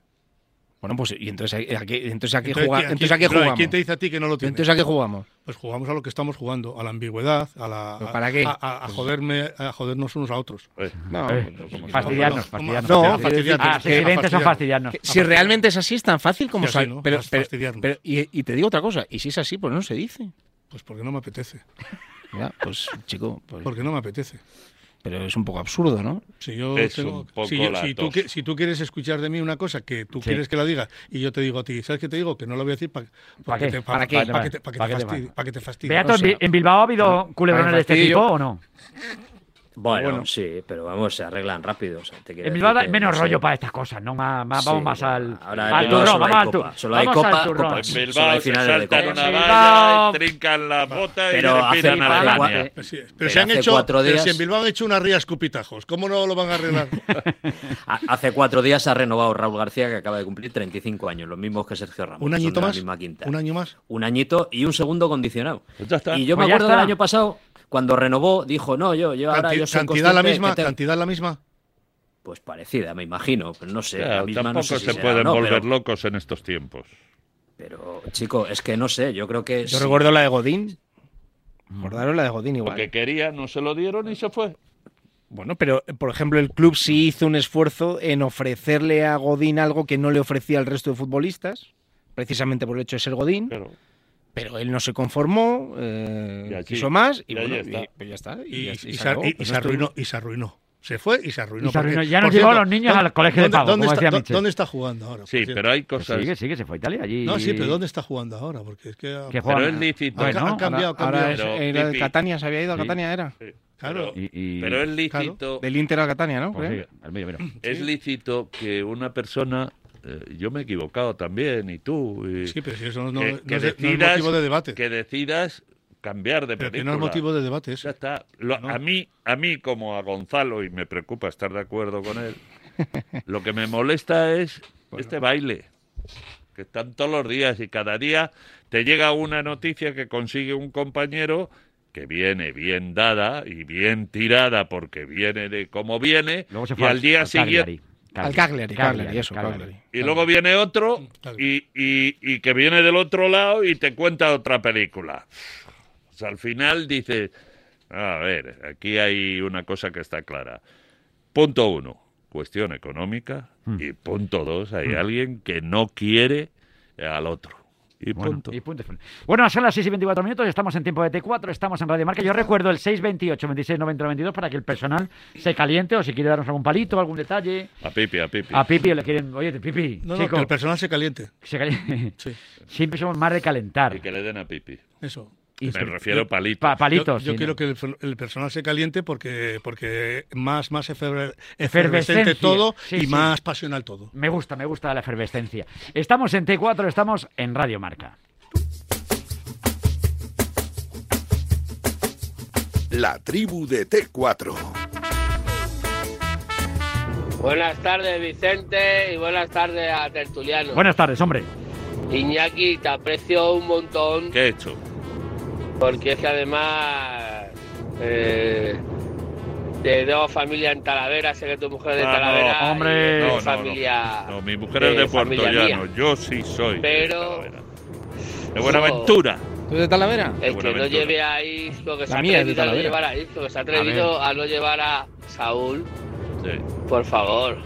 C: Bueno, pues y entonces a- a qué- entonces a qué
D: Entonces,
C: juga-
D: ¿quién-
C: entonces a qué
D: quién- no, ¿y
C: jugamos.
D: ¿Quién te dice a ti que no lo tiene?
C: Entonces a qué jugamos.
D: Pues jugamos a lo que estamos jugando, a la ambigüedad, a la
C: ¿Pero
D: a-
C: para qué?
D: A, a- a
B: Pues
D: joderme, a jodernos unos a otros.
E: Eh,
C: No,
B: Eh,
E: como si-
B: Fastidiarnos,
D: no,
B: fastidiarnos.
C: no,
B: fastidiarnos.
D: fastidiarnos.
B: Ah, sí, evidentes son fastidiarnos.
C: Que si realmente es así, es tan fácil como
D: Sí,
C: sal-
D: así, ¿no?
C: Pero,
D: Fas-
C: pero-
D: fastidiarnos.
C: pero- y, y te digo otra cosa, y si es así, pues no se dice.
D: Pues porque no me apetece.
C: Ya, pues chico, pues-
D: Porque no me apetece.
C: pero es un poco absurdo, ¿no?
D: Si yo
E: Es
D: tengo-
E: un poco
D: si, yo-
E: la
D: si tú,
E: tos.
D: que- si tú quieres escuchar de mí una cosa que tú quieres que la diga y yo te digo a ti, ¿sabes qué te digo? Que no lo voy a decir pa- porque
B: qué?
D: te-
B: ¿Para
D: pa-
B: qué?
D: pa- pa- que te- pa- que
B: ¿Para
D: te
B: qué te
D: fastidie-
B: va?
D: pa' que te fastidie.
B: Beato,
C: o sea,
B: en Bi- en Bilbao ha habido culebrones de este
C: fastidio.
B: tipo o no?
F: Bueno,
C: Bueno.
F: sí, pero vamos, se arreglan rápido. o sea, te quiero
B: En
F: decir
B: Bilbao da
F: que,
B: menos
F: no sé.
B: rollo para estas cosas, ¿no? Más, más- vamos
F: Sí,
B: más al,
F: ahora en
B: al
F: Bilbao
B: turrón,
F: solo hay
B: vamos al
F: copa,
B: tu-
F: solo hay
B: vamos al
F: copa,
B: turrón.
F: copa.
E: En
F: Solo hay
E: Bilbao se
F: finales de
E: saltan
F: copas.
E: una
B: En
E: valla,
B: Bilbao-
E: y trincan las botas
F: Pero
E: y
F: hace
E: le pidan a
F: cuatro-
E: Alemania.
D: Pero, sí, pero
F: Pero
D: se han
F: hace
D: hecho,
F: cuatro
D: pero
F: días-
D: si en Bilbao han hecho una ría escupitajos, ¿cómo no lo van a
F: (laughs)
D: arreglar?
F: Ha- Hace cuatro días ha renovado Raúl García, que acaba de cumplir 35 años, los mismos que Sergio Ramos.
D: ¿Un
F: son
D: añito
F: de la
D: más?
F: misma quinta.
D: ¿Un año más?
F: un añito y un segundo condicionado.
E: Pues ya está.
F: Y yo
B: Pues
F: me
B: ya
F: acuerdo del
B: está.
F: año pasado, cuando renovó, dijo, no, yo, yo ahora
D: Canti-
F: yo soy
D: ¿Cantidad la
F: consciente
D: misma?
F: que tengo-".
D: ¿Cantidad la misma?
F: Pues parecida, me imagino, pero no sé.
E: Ya,
F: la misma no
E: tampoco
F: sé si
E: se
F: será,
E: pueden
F: no,
E: volver
F: pero,
E: locos en estos tiempos.
F: pero, chico, es que no sé, yo creo que...
C: Yo
F: sí.
C: recuerdo la de Godín. Acordaros la de Godín igual.
E: Porque quería, no se lo dieron y se fue.
C: Bueno, pero por ejemplo, el club sí hizo un esfuerzo en ofrecerle a Godín algo que no le ofrecía al resto de futbolistas, precisamente por el hecho de ser Godín,
E: Pero
C: pero él no se conformó, eh,
E: Y allí-
C: quiso más y,
E: y allí
C: bueno,
E: está.
C: y- pues ya está. Y,
D: Y,
C: ya-
D: y
C: y
D: se,
C: acabó,
D: y- y
C: pues
D: se
C: no estuvo-
D: arruinó, y se arruinó. Se fue y se arruinó.
B: Y se arruinó.
D: porque-
B: Ya nos
D: por
B: llevó a
D: cierto,
B: los niños
D: ¿dónde-
B: al colegio de
D: dónde-
B: pago,
D: ¿dónde,
B: como
D: está,
B: decía
D: dó-
B: Mitchell.
D: dónde está jugando ahora?
E: sí,
D: por cierto?
E: pero hay
B: Que
E: cosas.
B: Sí, que sí, que se fue a Italia allí.
D: No, sí, pero ¿dónde está jugando ahora? Porque es que. ah,
B: Que
E: Pero
B: juega-
E: es lícito.
B: Bueno,
D: han
C: Ahora-
D: cambiado,
C: ahora
D: cambiado.
C: es-
E: Pero,
C: era de
E: Pipi-
C: Catania, se había ido a
B: Sí.
C: Catania, era.
E: Sí,
D: Claro.
E: Pero,
B: Y- y-
E: pero es
D: claro.
E: lícito.
C: Del Inter a Catania, ¿no?
B: Pues
C: Creo.
B: sí, al medio, mira.
E: (clears throat) Es lícito que una persona. eh, yo me he equivocado también, y tú. y-
D: Sí, pero si eso no, no-
E: que,
D: no
E: que
D: es, no es
E: decidas,
D: motivo de debate.
E: Que decidas cambiar de
D: pero que no
E: película.
D: es motivo de debate
E: Pues Ya
D: eso.
E: está. Lo- a, mí, a mí, como a Gonzalo, y me preocupa estar de acuerdo con
B: (laughs)
E: él, lo que me molesta es este baile. Que están todos los días y cada día te llega una noticia que consigue un compañero que viene bien dada y bien tirada porque viene de como viene
B: Luego se
E: y
B: fue
E: al día siguiente
B: Cagliari.
C: Al Cagliari, Cagliari, eso, Cagliari.
E: y luego viene
B: Mm,
E: otro
D: Claro.
E: y, y- y que viene del otro lado y te cuenta otra película. O sea, al final dices, a ver, aquí hay una cosa que está clara. Punto uno, cuestión económica.
B: Mm.
E: Y punto dos, hay alguien que no quiere al otro. Y
B: Bueno,
E: punto.
B: y punto. Bueno, son las 6 y 24 minutos, ya estamos en tiempo de T4, estamos en Radio Marca. Yo recuerdo el 628 26 90 92 para que el personal se caliente o si quiere darnos algún palito, algún detalle.
E: A Pipi, a Pipi.
B: A Pipi le quieren, oye, Pipi,
D: No, no,
B: chico,
D: que el personal se caliente.
B: se calle-
D: Sí,
B: (laughs) siempre somos más de calentar.
E: Y que le den a Pipi.
D: eso.
B: Y-
E: Me refiero palito.
B: Pa- palitos.
D: Yo, yo
B: sí,
D: quiero
B: ¿no?
D: que el, el personal se caliente porque, porque más, más eferve-
B: Efervescencia,
D: efervescente todo
B: sí,
D: y
B: sí.
D: más pasional todo.
B: Me gusta, me gusta la efervescencia. Estamos en T4, estamos en Radio Marca.
A: La tribu de T4.
G: Buenas tardes, Vicente, y buenas tardes a Tertuliano.
B: Buenas tardes, hombre.
G: Iñaki, te aprecio un montón,
E: ¿Qué he hecho?
G: porque es que además eh, te debo familia en Talavera, sé que tu mujer es de
E: Ah, no,
G: Talavera. y
B: hombre.
G: es de
E: No, no, no.
G: familia.
E: No, mi mujer es de Puerto
G: Eh, familia mía.
E: Llano. Yo sí soy. de
G: Pero-
E: Talavera. De Buenaventura.
C: ¿Tú de Talavera?
G: El que no
E: Buenaventura.
G: lleve a Isco, que se
C: La
G: ha
C: mía es
G: atrevido a
C: de
G: no
C: Talavera.
G: llevar a Isco, que se ha atrevido a no llevar a Saúl,
E: Sí.
G: por favor.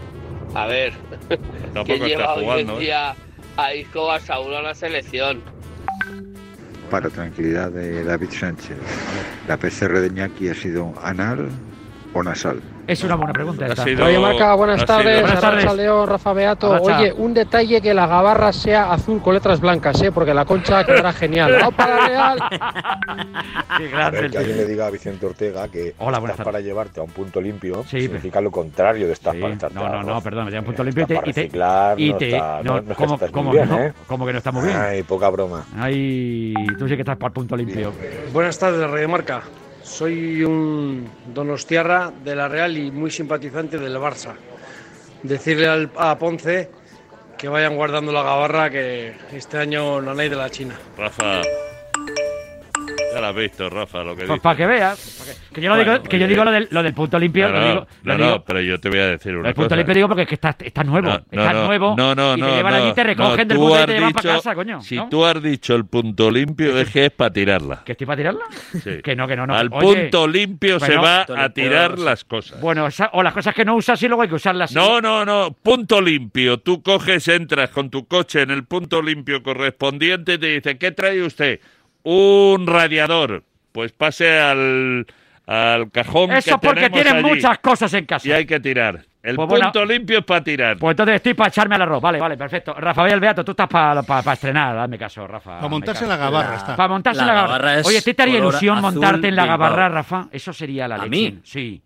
G: A ver, ¿quién
E: Tampoco
G: lleva
E: está
G: hoy en
E: jugando. ¿eh?
G: día a Isco o a Saúl a la selección?
H: Para tranquilidad de David Sánchez, ¿la PCR de Ñaki ha sido anal o nasal?
B: Es una buena pregunta
E: Ha
B: esta.
E: sido-
I: Radio Marca, buenas
E: ha
I: tardes.
E: sido-
B: Buenas tardes.
I: León, Rafa Beato.
B: Arracha.
I: Oye, un detalle que la gabarra sea azul con letras blancas, ¿eh? porque la concha quedará
B: (laughs)
I: genial. ¡Au para la Real!
B: Qué grande el tío.
H: diga a Vicente Ortega que
B: Hola, buenas tardes.
H: llevarte a un punto limpio
B: Sí, significa
H: lo contrario de estar
B: Sí, No, no, no, perdón, me da un punto limpio y te.
H: para
B: y te-
H: reciclar,
B: y
H: no
B: te-
H: está-
B: no,
H: no- no
B: como,
H: estás muy
B: como
H: bien,
B: que no,
H: ¿eh?
B: como que no estamos bien.
H: poca broma.
B: Ay, tú sí que estás para el punto limpio.
J: Buenas tardes, Radio Marca. Soy un donostiarra de la Real y muy simpatizante del Barça. Decirle al- a Ponce que vayan guardando la gabarra, que este año la ley de la China.
E: Rafa. Ya la has visto, Rafa, lo que
B: Pues
E: dice.
B: para que veas. pa' que- Que yo, lo digo, que yo
E: oye.
B: digo lo del, lo del punto limpio.
E: No,
B: lo
E: no,
B: digo, lo
E: no,
B: digo-
E: no, pero yo te voy a decir
B: lo
E: una
B: del punto
E: cosa.
B: limpio digo porque es que está, está nuevo.
E: No, no,
B: está
E: no,
B: nuevo.
E: No, no,
B: y
E: no,
B: te llevan
E: no,
B: allí, te
E: no,
B: recogen del
E: tú
B: punto y
E: has
B: te llevan
E: dicho-
B: para casa, coño.
E: Si
B: ¿no?
E: tú has dicho el punto limpio, es que es para tirarla.
B: ¿Que estoy para tirarla?
E: Sí.
B: (laughs) Que no, que no, no.
E: Al
B: Oye,
E: punto limpio se
B: bueno, pues,
E: va
F: esto
E: a
F: no puedo
E: tirar
F: hacer.
E: las cosas.
B: Bueno, esa- o las cosas que no usas y luego hay que usarlas. sí.
E: No, no, no, punto limpio. Tú coges, entras con tu coche en el punto limpio correspondiente y te dice, ¿qué trae usted? Un radiador. Pues pase al, al cajón.
B: Eso
E: que
B: porque
E: tenemos
B: tienen
E: allí
B: muchas cosas en casa.
E: Y hay que tirar. El
B: Pues bueno,
E: punto limpio es para tirar.
B: Pues entonces estoy para echarme al arroz. Vale, vale, perfecto. Rafael Beato, tú estás para estrenar. Hazme caso, Rafa.
D: Para montarse en la
B: (laughs)
D: gabarra está.
B: Para montarse
F: La
B: en la gabarra.
F: gabarra es
B: Oye, ¿te haría
F: color
B: ilusión
F: azul
B: montarte en la
F: Bilbao.
B: gabarra, Rafa? Eso sería la
F: ¿A
B: leche.
F: mí? Pues
B: Sí.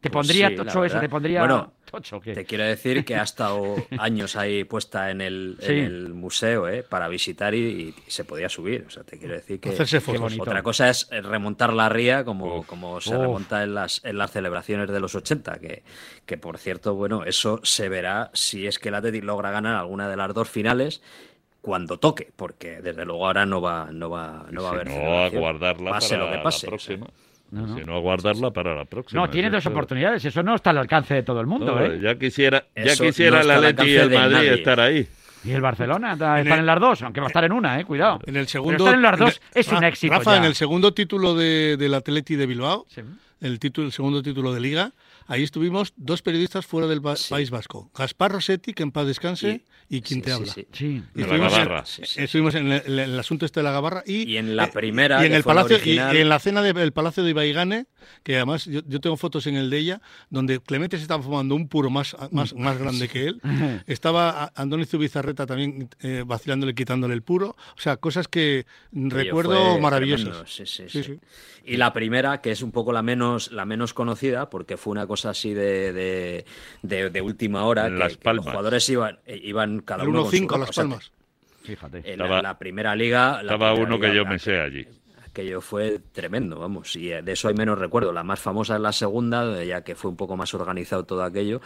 B: Te pondría
F: sí, la
B: tocho eso,
F: verdad.
B: te pondría
F: Bueno,
B: tocho. ¿o qué?
F: Te quiero decir que
D: (laughs)
F: ha estado años ahí puesta en el, en
B: Sí.
F: el museo ¿eh? para visitar y, y se podía subir. O sea, te quiero decir que
D: Hacerse fotos.
B: Qué bonito.
F: otra cosa es eh, remontar la ría como, como se
B: uf.
F: remonta en las, en las celebraciones de los 80, que, que por cierto, bueno, eso se verá si es que el Athletic logra ganar alguna de las dos finales cuando toque, porque desde luego ahora no va, no va, no va a
E: Si
F: haber
E: no,
F: celebración,
E: aguardarla
F: pase
E: para
F: lo que pase.
E: la
F: o sea.
E: próxima.
B: No, no.
E: Si no, aguardarla para la próxima.
B: No, tiene
E: sí,
B: dos
E: claro.
B: oportunidades. Eso no está al alcance de todo el mundo,
E: No,
B: ¿eh?
E: Ya quisiera, ya
F: Eso
E: quisiera
F: no
E: el
F: está al
E: Atleti y
F: alcance
E: el
F: de
E: Madrid
F: nadie.
E: estar ahí.
B: Y el Barcelona está- están en las dos, aunque va a estar en una, ¿eh? Cuidado.
D: En el
B: Pero
D: segundo.
B: estar en las dos
D: en el-
B: es un
D: Ra-
B: éxito
D: Rafa,
B: ya.
D: en el segundo título de, del Atleti de Bilbao,
B: Sí.
D: el, título, el segundo título de Liga, ahí estuvimos dos periodistas fuera del ba-
F: Sí.
D: País Vasco: Gaspar Rossetti, que en paz descanse, y quien te
F: Sí, sí,
D: habla.
F: sí.
B: Sí.
D: Y
E: De la
D: estuvimos en-
E: Gabarra.
F: Sí, sí.
D: Estuvimos en el, en el asunto este de la gabarra y,
F: Y en la
D: eh,
F: primera,
D: y en
F: que
D: el
F: fue la
D: palacio y-
F: original.
D: y, en la cena del palacio de Ibaigane, que además yo, yo tengo fotos en el de ella, donde Clemente se estaba fumando un puro más, más,
F: Mm.
D: más grande que
F: (laughs)
D: él. Estaba a- Andoni Zubizarreta también eh, vacilándole, quitándole el puro. O sea, cosas que recuerdo
F: fue tremendo,
D: maravillosas.
F: sí, sí,
D: Sí,
F: sí.
D: sí.
F: Y la primera, que es un poco la menos, la menos conocida, porque fue una cosa así de, de, de- de última hora.
E: En
F: que-
E: Las
F: que
E: Palmas.
F: los jugadores iban, eh, iban cada
D: El
F: uno. con su
D: 1-5 a
F: ropa.
D: Las
F: O sea,
D: Palmas.
B: Fíjate.
F: en la-
E: Estaba-
F: la, primera liga. la
E: Estaba
F: primera
E: uno que
F: liga,
E: yo
F: la-
E: me sé allí.
F: Aquello fue tremendo, vamos, y eh, de eso hay menos recuerdo. La más famosa es la segunda, eh, ya que fue un poco más organizado todo aquello.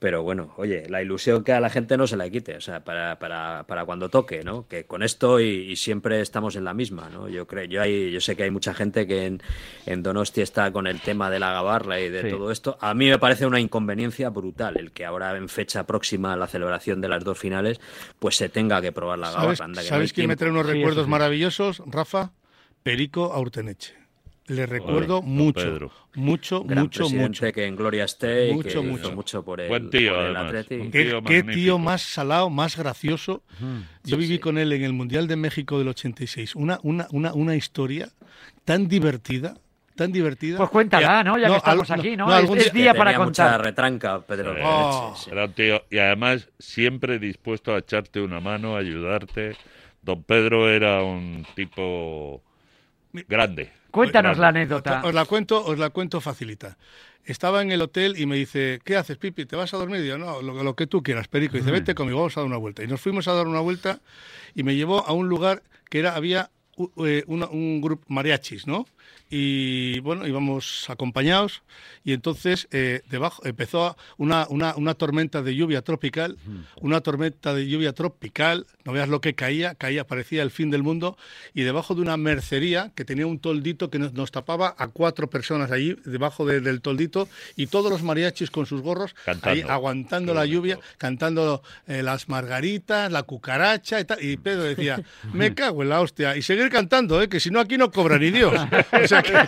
F: Pero bueno, oye, la ilusión que a la gente no se la quite, o sea, para, para, para cuando toque, ¿no? Que con esto y, y siempre estamos en la misma, ¿no? Yo creo, yo hay, yo sé que hay mucha gente que en, en Donosti está con el tema de la gabarra y de
B: Sí.
F: todo esto. A mí me parece una inconveniencia brutal el que ahora en fecha próxima a la celebración de las dos finales, pues se tenga que probar la
D: ¿Sabes,
F: gabarra. Anda, que no
D: ¿sabes
F: hay
D: quién me trae
F: tiempo.
D: unos
B: Sí, eso
D: recuerdos
B: sí.
D: maravillosos, Rafa? Perico Aurteneche. Le recuerdo
E: don
D: mucho,
E: Pedro.
D: mucho,
F: gran
D: mucho,
F: presidente
D: mucho.
F: que en gloria esté y que
D: Mucho,
F: hizo
D: mucho.
F: mucho por el,
E: Buen tío,
F: por el
E: además.
F: Atleti.
E: Un
D: Qué,
E: tío
D: qué
E: magnífico.
D: tío más salado, más gracioso. Yo
F: Sí,
D: viví
F: sí.
D: con él en el Mundial de México del 86. Una, una, una, una historia tan divertida, tan divertida.
B: Pues cuéntala,
D: a-
B: ¿no? Ya que estamos aquí, ¿no?
D: algún
B: Es- es
D: día-
B: día
F: Que
B: para
F: tenía mucha
B: contar.
F: retranca, Pedro.
E: Sí.
F: Leche,
D: Oh.
F: sí.
E: Era un tío, y además siempre dispuesto a echarte una mano, a ayudarte. Don Pedro era un tipo grande.
B: Cuéntanos la
E: Grande.
B: anécdota.
D: Os la cuento, os la cuento facilita. Estaba en el hotel y me dice, ¿qué haces, Pipi? ¿Te vas a dormir? Digo, no, lo, lo que tú quieras, Perico.
B: Mm.
D: dice, vete conmigo, vamos a dar una vuelta. Y nos fuimos a dar una vuelta y me llevó a un lugar que era, había u- eh, una- un grupo mariachis, ¿no? Y bueno, íbamos acompañados y entonces eh, debajo empezó una, una, una tormenta de lluvia tropical, una tormenta de lluvia tropical, no veas lo que caía, caía, parecía el fin del mundo, y debajo de una mercería que tenía un toldito que nos, nos tapaba a cuatro personas allí, debajo de- del toldito, y todos los mariachis con sus gorros, ahí
E: Cantando.
D: aguantando
E: Qué
D: la
E: bonito.
D: lluvia, cantando eh, las margaritas, la cucaracha y tal. Y Pedro decía,
E: (laughs)
D: me cago en la hostia. Y seguir cantando, ¿eh? que si no aquí no cobra ni Dios. O sea que, (laughs)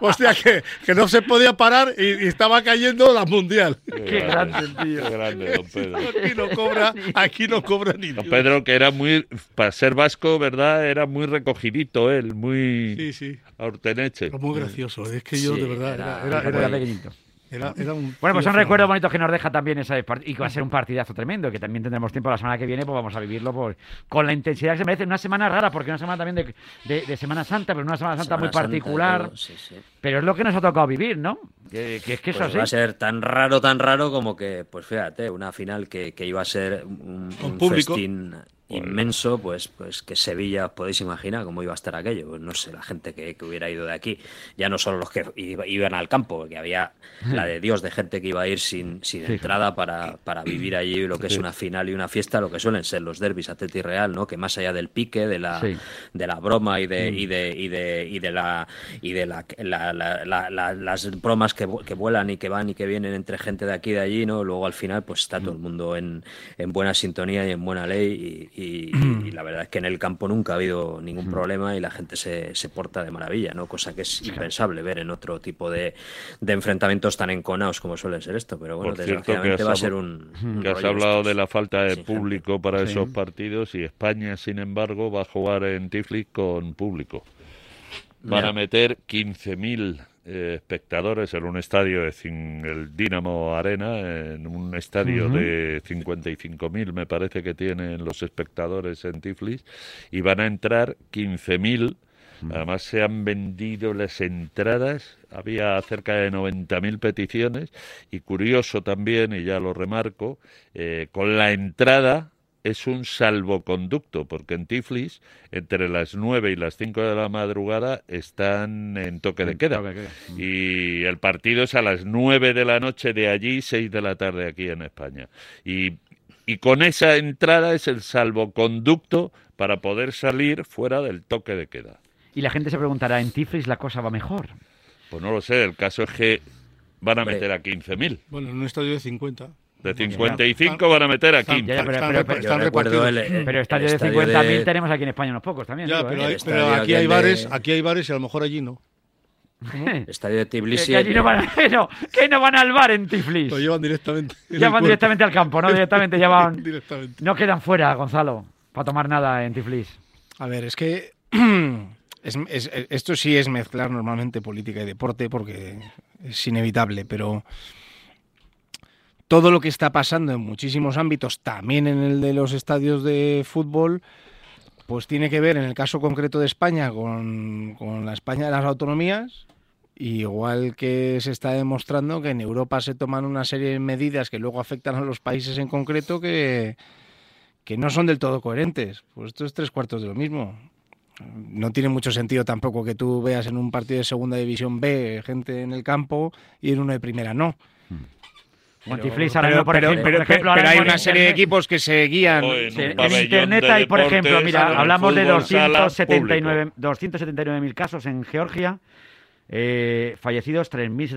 D: hostia, que, que no se podía parar y, y estaba cayendo la mundial.
B: (laughs) Qué grande, tío.
E: Qué grande,
B: (laughs)
E: don Pedro.
D: Aquí no cobra, aquí no cobra ni
E: Don
D: Dios.
E: Pedro, que era muy, para ser vasco, ¿verdad? Era muy recogidito él, muy
D: Sí, sí.
E: aurteneche.
D: Pero muy gracioso. Es que yo,
F: Sí,
D: de verdad, era,
F: era-
D: era-
B: Era
D: era-
B: pequeñito.
D: era- era un.
B: Bueno, pues son
D: tío
B: recuerdos
D: fenomenal.
B: bonitos que nos deja también esa part- y que va a ser un partidazo tremendo, que también tendremos tiempo la semana que viene, pues vamos a vivirlo por- con la intensidad que se merece. Una semana rara, porque una semana también de, de- de Semana Santa, pero una Semana Santa
F: Semana pues.
B: muy particular.
F: todo, sí, sí.
B: pero es lo que nos ha tocado vivir, ¿no? Que, que es que
F: Pues
B: eso
F: va a
B: sí.
F: ser tan raro, tan raro como que, pues fíjate, una final que, que iba a ser un,
D: Con
F: un
D: público.
F: festín inmenso, pues, pues que Sevilla, os podéis imaginar cómo iba a estar aquello. Pues no sé, la gente que, que hubiera ido de aquí, ya no solo los que iba- iban al campo, que había la de Dios de gente que iba a ir sin, sin entrada para, para vivir allí lo que es una final y una fiesta, lo que suelen ser los derbis Atleti Real, ¿no? Que más allá del pique, de la,
B: Sí.
F: de la broma y
E: Mm.
F: de, y de, y de, y de la y de la, la- la- la- la- las bromas que, vu- que vuelan y que van y que vienen entre gente de aquí y de allí, ¿no? Luego al final, pues está
E: Mm.
F: todo el mundo en, en buena sintonía y en buena ley. Y, y- y la verdad es que en el campo nunca ha habido
E: Mm.
F: ningún problema y la gente se, se porta de maravilla, ¿no? Cosa que es impensable ver en otro tipo de, de enfrentamientos tan enconados como suelen ser esto. Pero bueno,
E: Por cierto, que
F: desgraciadamente
E: has
F: va a
E: habl-
F: ser un. un
E: que has
F: rollo
E: hablado
F: estos.
E: de la falta de
F: sin gente.
E: público para esos partidos y España, sin embargo, va a jugar en Tiflis con público. Van
F: Ya.
E: a meter 15.000 eh, espectadores en un estadio de cin- el Dinamo Arena, en un estadio de 55.000 me parece que tienen los espectadores en Tiflis, y van a entrar 15.000 Además se han vendido las entradas, había cerca de 90.000 peticiones y curioso también, y ya lo remarco, eh, con la entrada es un salvoconducto, porque en Tiflis entre las 9 y las 5 de la madrugada están en toque de queda. Y el partido es a las 9 de la noche de allí, 6 de la tarde aquí en España. Y y con esa entrada es el salvoconducto para poder salir fuera del toque de queda.
B: Y la gente se preguntará, ¿en Tiflis la cosa va mejor?
E: Pues no lo sé, el caso es que van a
B: Hombre.
E: meter a 15.000.
D: Bueno, en un estadio de 50.
E: De 55 van a meter a
D: Están-
E: 15.
D: Ya, ya, pero- pero- pero- están repartidos. el-
B: Pero estadios
D: el
B: de
D: estadio
B: 50.000
D: de-
B: tenemos aquí en España unos pocos también.
D: Ya,
B: digo,
D: pero,
B: ¿eh?
D: hay- pero aquí hay bares, aquí hay bares y a lo mejor allí no.
F: Estadio de
B: Que,
F: Tbilisi.
B: que allí no van, a- (laughs) que no, que no van al bar en Tiflis.
D: Lo llevan directamente. en
B: Ya van
D: el cuerpo.
B: directamente al campo,
D: (laughs)
B: ¿no? Directamente ya van.
D: Directamente.
B: No quedan fuera, Gonzalo, para tomar nada en Tiflis.
C: A ver, es que (clears throat) es- es- esto sí es mezclar normalmente política y deporte porque es inevitable, pero todo lo que está pasando en muchísimos ámbitos, también en el de los estadios de fútbol, pues tiene que ver en el caso concreto de España con, con la España de las autonomías. y Igual que se está demostrando que en Europa se toman una serie de medidas que luego afectan a los países en concreto que, que no son del todo coherentes. Pues esto es tres cuartos de lo mismo. No tiene mucho sentido tampoco que tú veas en un partido de segunda división B gente en el campo y en uno de primera no.
B: Con
C: Pero-
B: Tiflis ahora
C: pero-
B: mismo, por
C: pero-
B: ejemplo,
C: pero-
B: por ejemplo, ahora
C: pero hay
B: mismo en
C: una serie de
B: Internet-
C: equipos que se guían.
B: Sí, en Internet hay, por ejemplo, mira, hablamos de 279 279.000 casos en Georgia, eh, fallecidos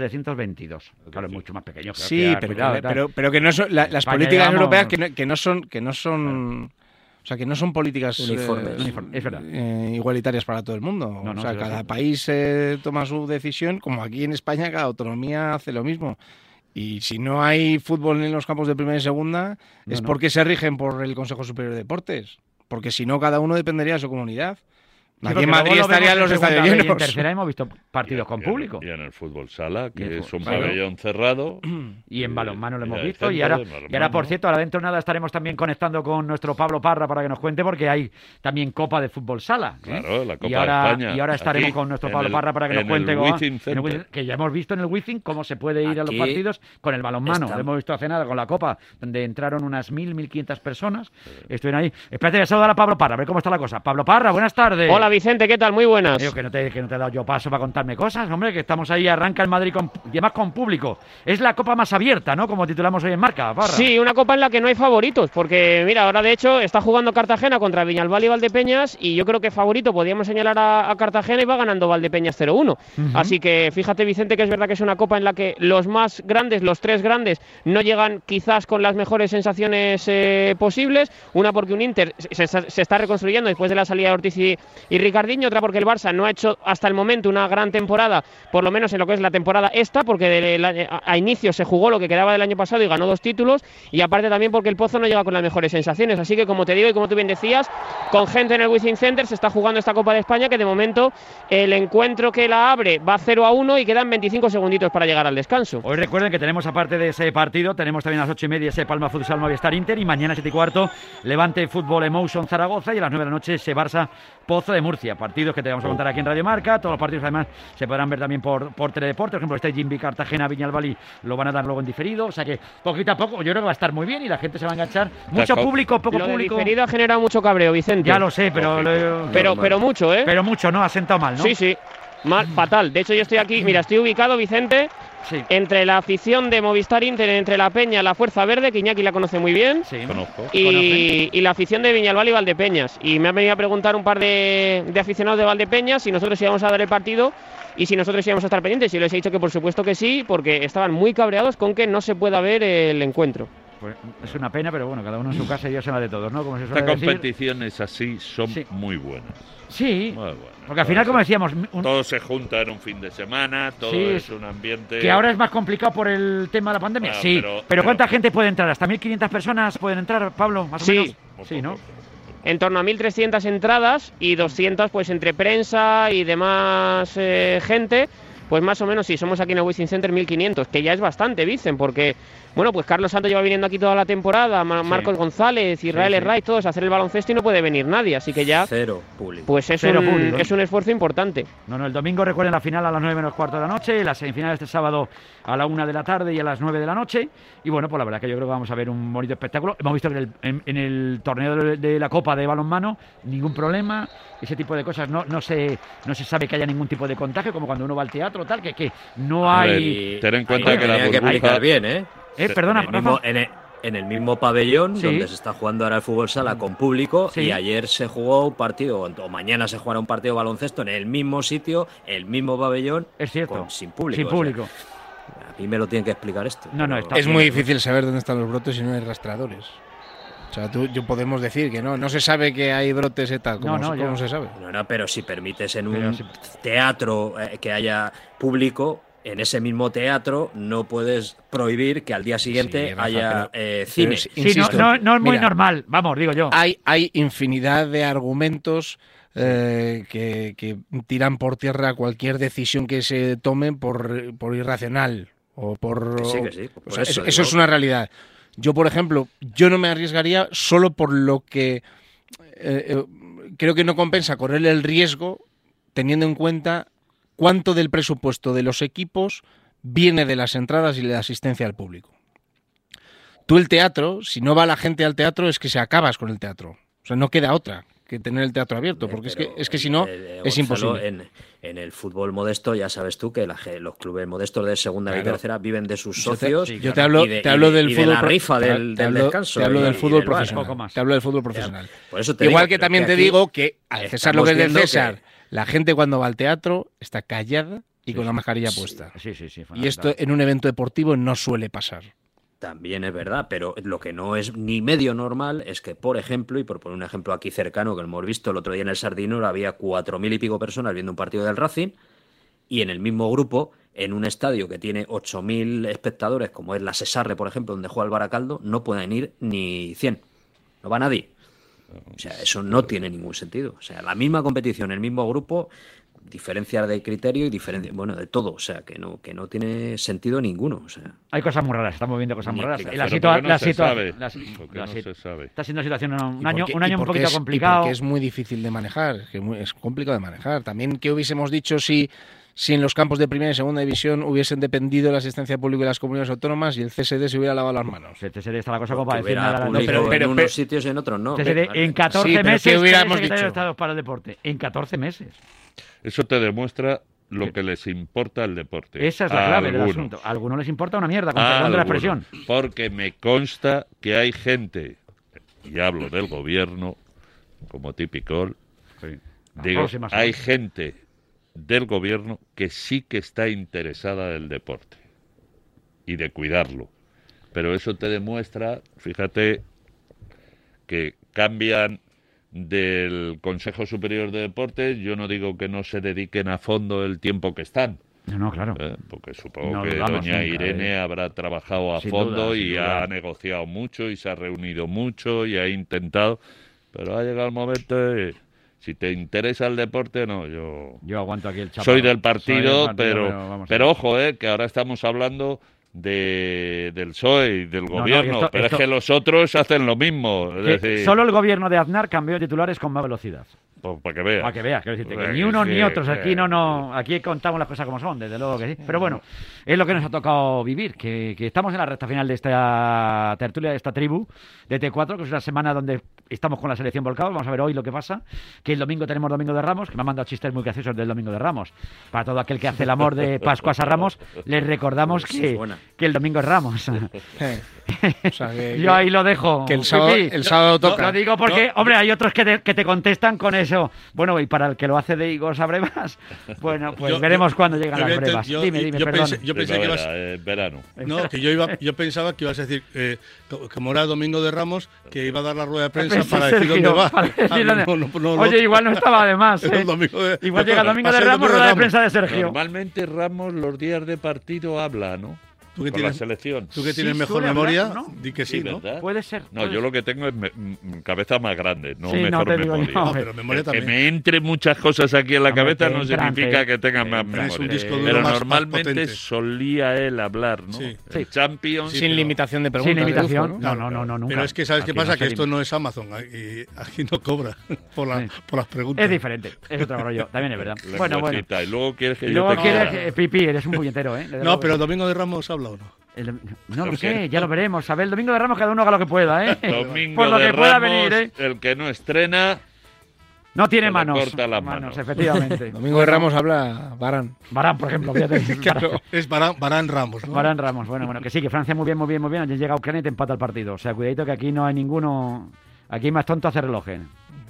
B: 3.722. Claro, es mucho más pequeño. Georgia,
C: Sí, pero,
B: cuidado,
C: que,
B: tal.
C: pero, pero que no son, la- las
B: España,
C: políticas
B: digamos,
C: europeas que no, que no son, que no son, o sea, que no son políticas eh,
B: Uniformes. Uniforme, es verdad.
C: eh, igualitarias para todo el mundo.
B: No, no,
C: o sea,
B: sí,
C: cada
B: sí.
C: país eh, toma su decisión, como aquí en España cada autonomía hace lo mismo. Y si no hay fútbol en los campos de primera y segunda,
B: No,
C: es
B: no.
C: porque se rigen por el Consejo Superior de Deportes. Porque si no, cada uno dependería de su comunidad.
B: Sí,
C: aquí
B: porque
C: en
B: luego
C: Madrid
B: lo vemos
C: estarían
B: en
C: los
B: segunda
C: estadios
B: vez y En
C: llenos.
B: tercera hemos visto partidos con público.
E: Y en el fútbol sala,
B: Y en
E: que es
B: fútbol
E: un
B: sala. (clears throat)
E: pabellón cerrado.
B: Y en balonmano lo
E: y
B: hemos
E: hay
B: visto. Y
E: gente
B: ahora,
E: de
B: y ahora, por
E: balonmano.
B: cierto, ahora dentro de nada estaremos también conectando con nuestro Pablo Parra para que nos cuente, porque hay también Copa de Fútbol Sala. ¿eh?
E: Claro, la Copa
B: y
E: de
B: ahora,
E: España,
B: Y ahora estaremos
E: aquí,
B: con nuestro
E: en
B: Pablo
E: el-
B: Parra para que nos
E: en el
B: cuente cómo-
E: Wizzing
B: en el
E: Center.
B: Wizzing- que ya hemos visto en el Wizzing cómo se puede ir a los
F: Aquí
B: partidos con el balonmano.
F: está-
B: Lo hemos visto hace nada con la Copa, donde entraron unas 1.000, 1.500 personas. Estuvieron ahí. Espérate, voy a saludar a Pablo Parra, a ver cómo está la cosa. Pablo Parra, buenas tardes.
K: Hola Vicente, ¿qué tal? Muy buenas.
B: Digo, que, no te, que no te he dado yo paso para contarme cosas, hombre, que estamos ahí, arranca el Madrid con, y además con público. Es la copa más abierta, ¿no? Como titulamos hoy en marca, Parra.
K: Sí, una copa en la que no hay favoritos, porque mira, ahora de hecho está jugando Cartagena contra Viñalbal y Valdepeñas y yo creo que favorito podíamos señalar a, a Cartagena y va ganando Valdepeñas 0-1. Así que fíjate Vicente que es verdad que es una copa en la que los más grandes, los tres grandes, no llegan quizás con las mejores sensaciones eh, posibles. Una porque un Inter se, se- se está reconstruyendo después de la salida de Ortiz y, y Ricardinho, otra porque el Barça no ha hecho hasta el momento una gran temporada, por lo menos en lo que es la temporada esta, porque de la- a, a inicio se jugó lo que quedaba del año pasado y ganó dos títulos, y aparte también porque el Pozo no llega con las mejores sensaciones. Así que, como te digo y como tú bien decías, con gente en el Wizzing Center se está jugando esta Copa de España, que de momento el encuentro que la abre va 0 a 1 y quedan 25 segunditos para llegar al descanso.
B: Hoy recuerden que tenemos, aparte de ese partido, tenemos también a las 8 y media ese Palma Futsal Movistar Inter y mañana 7 y cuarto Levante Fútbol Emotion Zaragoza y a las 9 de la noche ese Barça Pozo de Murcia. Partidos que te vamos a contar aquí en Radio Marca. Todos los partidos además se podrán ver también por, por Teledeporte. Por ejemplo, este Jimby Cartagena Viñalbali lo van a dar luego en diferido. O sea que poquito a poco yo creo que va a estar muy bien y la gente se va a enganchar. Mucho
K: Taco.
B: público, poco
K: Lo de
B: público.
K: diferido ha generado mucho cabreo, Vicente.
B: Ya lo sé, pero lo-
K: Pero, pero mucho, ¿eh?
B: Pero mucho, ¿no? Ha sentado mal, ¿no?
K: Sí, sí. Mal, fatal. De hecho, yo estoy aquí, mira, estoy ubicado, Vicente, entre la afición de Movistar Inter, entre la Peña, la Fuerza Verde, que Iñaki la conoce muy bien,
E: Conozco.
K: y, y la afición de Viñalbal y Valdepeñas. Y me han venido a preguntar un par de, de aficionados de Valdepeñas si nosotros íbamos a dar el partido y si nosotros íbamos a estar pendientes. Y les he dicho que por supuesto que sí, porque estaban muy cabreados con que no se pueda ver el encuentro.
B: Pues es una pena, pero bueno, cada uno en su casa y Dios en la de todos, ¿no? Como se suele
E: Estas
B: decir.
E: competiciones así son muy buenas.
B: Sí.
E: Muy buenas.
B: Porque al final, como decíamos,
E: Todo se junta en un fin de semana, todo
B: Sí,
E: es
B: sí.
E: un ambiente.
B: que ahora es más complicado por el tema de la pandemia.
E: Ah,
B: sí,
E: pero-
B: pero,
E: pero-
B: ¿cuánta gente puede entrar? ¿Hasta 1.500 personas pueden entrar, Pablo? Más
K: Sí.
B: o menos. Sí, ¿no?
K: en torno a 1.300 entradas y 200 pues entre prensa y demás eh, gente. Pues más o menos, si somos aquí en el Wishing Center, 1500, que ya es bastante, dicen, porque, bueno, pues Carlos Santos lleva viniendo aquí toda la temporada, Ma- Marcos González, Israel
F: sí.
K: Herray, todos a hacer el baloncesto y no puede venir nadie, así que ya,
F: Cero público.
K: pues es,
B: Cero
K: un,
B: público, ¿eh?
K: es un esfuerzo importante.
B: No, no, el domingo recuerden la final a las 9 menos cuarto de la noche, las semifinales este sábado a la 1 de la tarde y a las 9 de la noche. Y bueno, pues la verdad que yo creo que vamos a ver un bonito espectáculo. Hemos visto que en el, en- en el torneo de, de la Copa de Balonmano ningún problema, ese tipo de cosas. No, no, se, no se sabe que haya ningún tipo de contagio, como cuando uno va al teatro, tal, que, que no
E: A ver,
B: hay.
E: ten en cuenta
F: Ahí
E: que la
F: tenía
E: burbuja-
F: explicar bien, ¿eh?
B: Eh, perdona,
F: en el, mismo,
B: Rafa.
F: en el- en el mismo pabellón
B: Sí. Mm.
F: donde se está jugando ahora el fútbol sala con público
B: Sí.
F: y ayer se jugó un partido o mañana se jugará un partido de baloncesto en el mismo sitio, el mismo pabellón,
B: Es cierto.
F: con- sin público.
B: Sin
F: o sea,
B: público.
F: a mí me lo tienen que explicar esto.
B: No, no,
F: pero-
B: está
C: Es muy difícil saber dónde están los brotes si no hay rastreadores. O sea, tú, yo podemos decir que no, no se sabe que hay brotes y tal, como,
B: No, no,
C: como
B: yo-
C: se sabe.
F: No, no, pero si permites en
B: Pero
F: un
B: si-
F: teatro eh, que haya público, en ese mismo teatro no puedes prohibir que al día siguiente
C: Sí, Rafa,
F: haya
C: pero-
F: eh,
C: pero
F: cine.
C: es-
B: Sí, no,
C: insisto,
B: no- no es muy
C: mira, Ah,
B: normal, vamos, digo yo.
C: Hay, hay infinidad de argumentos eh, que, que tiran por tierra cualquier decisión que se tome por, por irracional o por...
F: Que sí, que sí,
C: o
F: por
C: sea,
F: eso
C: eso,
F: digo.
C: eso es una realidad. Yo, por ejemplo, yo no me arriesgaría solo por lo que eh, eh, creo que no compensa correr el riesgo teniendo en cuenta cuánto del presupuesto de los equipos viene de las entradas y de la asistencia al público. Tú el teatro, si no va la gente al teatro, es que se acabas con el teatro. O sea, no queda otra que tener el teatro abierto,
F: Eh,
C: porque es que,
F: pero,
C: es que si
F: eh,
C: no,
F: eh,
C: es
F: Gonzalo,
C: imposible.
F: En, en el fútbol modesto, ya sabes tú que la ge- los clubes modestos de segunda y
C: Claro.
F: tercera viven de sus
C: Yo te-
F: socios.
B: sí,
C: Yo
B: claro.
C: te hablo,
F: y de-
C: te
F: y
C: hablo
F: de-
C: del
F: y de
C: fútbol
F: la
C: pro-
F: rifa
C: te-
F: del-
C: te
F: del
C: hablo-
F: descanso
C: Te hablo
F: y-
C: del
F: y
C: fútbol
F: del bar.
B: Poco
C: profesional.
B: más.
C: Te hablo del fútbol profesional.
F: Por eso te
C: Igual
F: digo,
C: que
F: pero
C: también te
F: aquí-
C: digo que al César lo
F: estamos
C: que es del
F: viendo que-
C: César, la gente cuando va al teatro está callada y
B: Sí,
C: con la
B: sí.
C: mascarilla
F: Sí.
C: puesta.
B: Sí, sí, sí.
C: Y
B: fundamental.
C: esto en un evento deportivo no suele pasar.
F: También es verdad, pero lo que no es ni medio normal es que, por ejemplo, y por poner un ejemplo aquí cercano que hemos visto el otro día en el Sardinero, había cuatro mil y pico personas viendo un partido del Racing y en el mismo grupo, en un estadio que tiene ocho mil espectadores, como es la Cesarre, por ejemplo, donde juega el Baracaldo, no pueden ir ni 100. No va nadie. O sea, eso no tiene ningún sentido. O sea, la misma competición, el mismo grupo, diferencias de criterio y diferencias, bueno, de todo. O sea, que no, que no tiene sentido ninguno. O sea.
B: Hay cosas muy raras, estamos viendo cosas muy
F: Ni
B: raras.
F: explicación.
B: La
E: Pero
B: situa-
E: ¿por qué no
B: la
E: se
B: situa-
E: sabe?
B: la-
E: ¿Por qué
B: la
E: no
B: sit-
E: se sabe?
B: Está siendo una situación
C: Y
B: un
C: porque-
B: año, un
C: y
B: año un
C: porque
B: poquito
C: es- y
B: complicado.
C: Porque es muy difícil de manejar, que muy- es complicado de manejar. También, ¿qué hubiésemos dicho si, si en los campos de primera y segunda división hubiesen dependido la asistencia pública de las comunidades autónomas y el CSD se hubiera lavado las manos?
B: Se- te- se- está la cosa como
F: Que
B: para decir
F: hubiera
B: nada.
F: público
C: pero- pero-
F: en
C: pero-
F: unos sitios y en otros no.
B: Te diré,
F: Vale.
B: en 14
C: Sí, pero ¿qué
B: meses ¿quién es
C: hubiéramos
B: secretario de
C: dicho?
B: Estado para el deporte. En 14 meses.
E: Eso te demuestra lo que les importa al deporte.
B: Esa es la
E: A
B: clave del
E: algunos.
B: asunto. A algunos les importa una mierda, con
E: A
B: perdón de la
E: algunos.
B: expresión.
E: Porque me consta que hay gente, y hablo del gobierno, como típico,
B: La
E: digo,
B: próxima semana.
E: hay gente del gobierno que sí que está interesada del deporte y de cuidarlo. Pero eso te demuestra, fíjate, que cambian del Consejo Superior de Deportes, yo no digo que no se dediquen a fondo el tiempo que están,
B: No, no, claro.
E: eh, Porque supongo
B: No
E: que
B: dudamos
E: doña
B: nunca,
E: Irene habrá trabajado a
B: Sin
E: fondo
B: duda,
E: y
B: sin
E: ha
B: duda.
E: negociado mucho y se ha reunido mucho y ha intentado, pero ha llegado el momento de, si te interesa el deporte, no, yo
B: Yo aguanto aquí el chapo.
E: soy del partido, pero,
B: vamos a
E: pero,
B: ver.
E: ojo, eh, que ahora estamos hablando de, del PSOE y del
B: no,
E: gobierno,
B: esto-
E: pero
B: esto-
E: es que los otros hacen lo mismo, es
B: Que
E: decir,
B: Solo el gobierno de Aznar cambió de titulares con más velocidad.
E: pues, para que veas.
B: Para que veas, quiero decirte que
E: Para
B: ni
E: que
B: uno ni
E: sí,
B: otros. Aquí
E: eh,
B: no, no, aquí contamos las cosas como son, desde luego que sí. Pero bueno, es lo que nos ha tocado vivir, que, que estamos en la recta final de esta tertulia, de esta tribu de T4, que es una semana donde estamos con la selección volcada. Vamos a ver hoy lo que pasa, que el domingo tenemos Domingo de Ramos, que me han mandado chistes muy graciosos del Domingo de Ramos. Para todo aquel que hace el amor de Pascuas a Ramos, les
C: (laughs)
B: recordamos
F: Sí,
B: que,
F: buena.
B: que el domingo es Ramos.
C: O
B: (laughs)
C: sea, que-
B: Yo ahí lo dejo.
C: que el sábado-
B: Pipi.
C: el sábado
B: Lo-
C: toca.
B: Lo digo porque, hombre, hay otros que te, que te contestan con eso. Bueno, y para el que lo hace de Igor
D: (laughs)
B: Sabrevas, bueno, pues
D: Yo-
B: veremos
D: yo-
B: cuándo llegan
D: yo
B: las
D: voy a
B: brevas.
D: intent- yo-
B: dime, dime,
D: yo
B: perdón.
D: pensé- yo pensé que ibas,
E: Primavera, eh, verano.
D: No, que yo iba, yo pensaba que ibas a decir, eh, co- como era Domingo de Ramos, que iba a dar la rueda de
B: (laughs)
D: prensa
B: Pensé,
D: para decir
B: Sergio,
D: dónde va.
B: para decir
D: Ah,
B: dónde-
D: no, no, no, no.
B: Oye, igual no estaba
D: (laughs)
B: además.
D: Era
B: ¿eh?
D: el domingo de-
B: Igual
D: (laughs)
B: llega Domingo
D: Va a
B: de
D: ser
B: Ramos,
D: Domingo de
B: rueda de
D: Ramos.
B: prensa de Sergio.
E: Normalmente Ramos los días de partido habla, ¿no?
D: Tú que
E: con
D: tienes-
E: la selección.
D: tú que tienes Sí, mejor suele memoria, hablar, ¿no? di que sí, ¿eh? ¿no?
E: ¿verdad?
B: Puede ser,
E: No,
B: puede
E: yo lo que tengo es me- m- cabeza más grande, no
B: Sí, no,
E: mejor
B: te digo (laughs)
E: memoria.
B: yo. No, pero
E: El
B: memoria
E: que
B: también.
E: me entre muchas cosas aquí en la
B: Hombre,
E: cabeza
B: te
E: no
B: entran,
E: significa
B: te-
E: que tenga
B: te
E: más
B: entran.
E: memoria.
B: Es un disco duro
E: pero
B: más- más
E: normalmente
B: potente.
E: solía él hablar, ¿no? El Champions.
C: Sin limitación de preguntas. de lujo,
D: Claro, claro. Pero es que, ¿sabes qué pasa? que esto no es Amazon. Aquí, aquí no cobra por, la- por las preguntas.
B: Es diferente, es otro rollo, también es
D: (laughs)
B: verdad.
E: La
B: Bueno, bueno.
E: cosita, y luego quieres que yo
B: Luego
E: te
B: quieres
E: quiera.
B: que- Pipi, eres un puñetero, ¿eh? Desde
D: No,
B: luego.
D: pero Domingo de Ramos habla o no.
B: No lo sé, ya lo veremos. A ver, el domingo de Ramos cada uno haga lo que
D: (laughs)
B: pueda, ¿eh?
E: Domingo
B: Por lo
E: de
B: que pueda
E: Ramos,
B: venir, ¿eh?
E: El que no estrena.
B: No tiene
E: se le
B: manos.
E: Corta las manos. (laughs)
B: efectivamente.
C: Domingo de Ramos habla Barán.
B: Barán, por ejemplo. fíjate.
D: Claro, (laughs) es Barán, Barán Ramos. ¿no?
B: Barán Ramos, bueno, bueno, que sí, que Francia muy bien, muy bien, muy bien. Ayer llega Ucrania y te empata el partido. O sea, cuidadito que aquí no hay ninguno. Aquí hay más tonto hace reloj. ¿eh?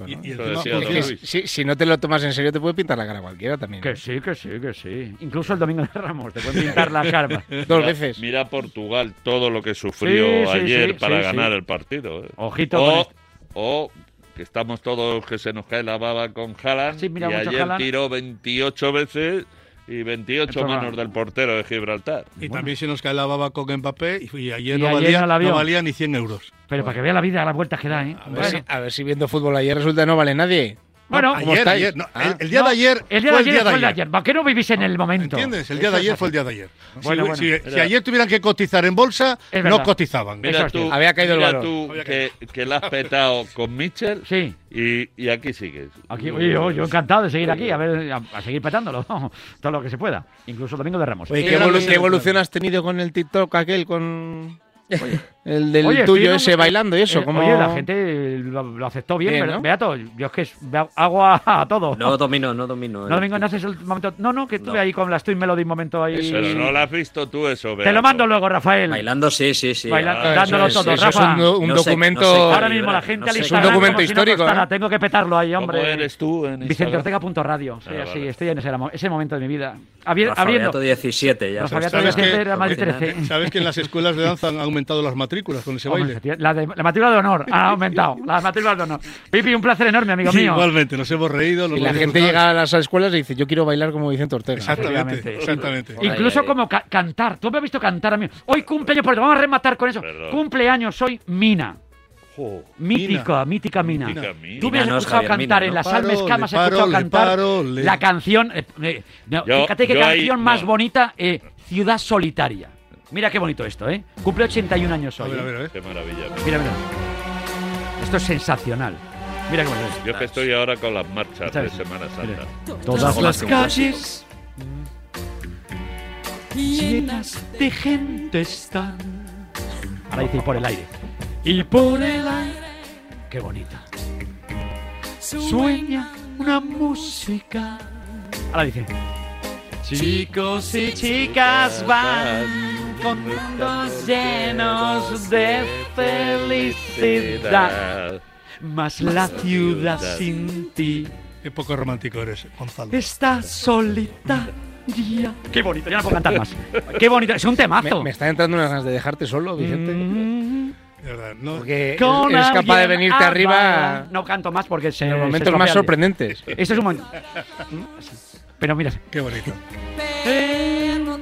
D: y
E: Eso
C: Es
E: decía Don
C: que
E: Luis.
C: si, si no te lo tomas en serio, te puede pintar la cara cualquiera también.
B: Que sí, que sí, que sí. Incluso el domingo de Ramos, te pueden pintar la carma.
C: Dos
E: Mira-
C: veces.
E: Mira Portugal todo lo que sufrió
B: Sí, sí,
E: ayer
B: sí,
E: para
B: sí,
E: ganar
B: sí.
E: el partido. ¿eh?
B: Ojito con este-
E: O,
B: esto.
E: o que estamos todos que se nos cae la baba con Haaland.
B: Sí, mira,
E: y
B: mucho
E: ayer
B: Haaland.
E: tiró 28 veces y 28
B: Entonces,
E: manos del portero de Gibraltar.
D: Y también se nos cae la baba con Mbappé. Y, y ayer,
B: Y
D: no,
B: ayer
D: valía,
B: no la vio.
D: no valía ni 100 euros.
B: Pero para que vea la vida, las vueltas que da, ¿eh?
C: A ver, si, a ver si viendo fútbol ayer resulta que no vale nadie.
B: Bueno,
C: ¿Cómo
D: Ayer,
C: estáis?
D: ayer, no,
C: Ah.
D: el, el día de ayer.
B: El día de
D: fue
B: ayer fue el de ayer. ¿Por qué no vivís en el momento?
D: ¿Entiendes? El día
B: Eso
D: de
B: es
D: ayer
B: así.
D: fue el día de ayer. Si-
B: Bueno,
D: si,
B: bueno.
D: si ayer tuvieran que cotizar en bolsa,
B: Es
D: no
B: verdad.
D: cotizaban.
E: Mira
B: es
E: tú,
B: cierto.
C: Había caído el
E: mira
C: balón.
E: tú que, que la has petado con Mitchell
B: Sí.
E: y, y aquí sigues.
B: Aquí, oye, yo, yo encantado de seguir aquí, a ver, a, a seguir petándolo, (laughs) todo lo que se pueda, incluso el domingo de Ramos.
C: Oye, ¿qué,
D: Era
C: evolu-
D: Luis
C: qué evolución
D: Enrique.
C: has tenido con el TikTok aquel, con el del
B: Oye,
C: tuyo
B: estoy
C: ese
B: viendo-
C: bailando y eso?
B: Eh,
C: como...
B: Oye, la gente lo, lo aceptó bien,
C: Bien,
B: pero
C: ¿no?
B: Beato, yo es que es- me hago a, a todo.
F: No domino, no
B: (laughs)
F: domino. eh.
B: No, Domingo, no haces el momento. No, no, que estuve
F: No.
B: ahí con las Twin Melody un momento ahí.
E: Pero no la has visto tú eso,
B: Te lo
E: Beato.
B: mando luego, Rafael.
F: Bailando, sí, sí, sí.
B: Baila-
F: Ah,
B: dándolo
F: eso es-
B: todo,
F: eso es
B: Rafa.
F: un-
C: do- un
F: No sé-
C: documento-
F: no sé qué
C: Ahora
B: Ahora
F: vibra,
B: mismo la gente
F: no
B: al
F: sé
B: Instagram.
C: Es un documento
B: como si no
C: histórico,
B: costara,
C: ¿eh?
B: Tengo que petarlo ahí,
E: ¿Cómo
B: hombre.
E: eres tú en Instagram?
B: VicenteOrtega.radio. Sí,
E: Ah,
B: así,
E: vale.
B: estoy en ese, mo- ese momento de mi vida.
F: qué.
B: Abri-
F: Rafa
B: abriendo.
F: Beato 17, ya.
B: Rafa
F: sabes.
B: Beato Sabes que- 17 era Madrid
F: Hombre,
B: 13.
D: ¿Sabes que en las escuelas de danza han aumentado las matrículas con ese
B: Hombre,
D: baile?
B: efectivamente, la, de, la matrícula de honor ha aumentado. La matrícula de honor. Pipi, un placer enorme,
E: (laughs)
B: amigo mío.
D: Igualmente, nos hemos reído. nos
C: Y la
D: hemos
C: gente
D: disfrutado.
C: llega a las escuelas y dice, yo quiero bailar como Vicente Ortega.
D: Exactamente,
B: Efectivamente.
D: exactamente.
F: Y-
B: Incluso
F: Ay, ay,
B: como ca- cantar. Tú me has visto cantar a mí. Hoy cumpleaños, pero vamos a rematar con eso.
E: Perdón.
B: Cumpleaños, soy Mina.
E: Jo,
B: Mítica, mítica Mina.
E: Mítica Mina.
B: Tú me has
F: Mina no es
B: escuchado
F: Javier
B: cantar
F: Mina,
B: en
F: ¿no?
B: las
D: Parole,
B: almas camas, has escuchado
D: parole,
B: cantar
D: parole.
B: la canción. eh, eh, no,
E: Yo-
B: fíjate qué
E: yo ahí-
B: canción más
E: no.
B: bonita, eh, Ciudad Solitaria. Mira qué bonito esto, ¿eh? Cumple 81 años
D: A
B: hoy.
D: ver, a ver,
B: ¿eh?
D: a ver.
E: Qué maravilla.
B: Mira, mira. Esto es sensacional. Mira qué bonito es.
E: Yo que estoy ahora con las marchas
B: Está
E: de
B: bien.
E: Semana
B: Ah, Mira.
E: Santa.
B: Todas
F: Hola,
B: las
F: qué bonito.
B: calles Mm. llenas de gente están. Ahora dice y por el aire. Y por el aire. Qué bonita. Sueña una música. Ahora dice. Chicos y chicas van con mundos llenos de felicidad. Mas la ciudad sin ti
D: Qué poco romántico eres, Gonzalo.
B: está solitaria. Qué bonito, ya no puedo cantar más. Qué bonito, es un
C: Me,
B: temazo.
C: me están entrando unas ganas de dejarte solo, Vicente.
B: Mm,
D: De verdad, no-
C: Porque eres
B: con
C: eres capaz de
B: alguien
C: venirte
B: a
C: arriba
B: bailar. No canto más porque se.
C: en los
B: se
C: momentos
B: estropea
C: más
B: el-
C: sorprendentes.
B: Esto es un momento. Pero mira.
D: Qué bonito.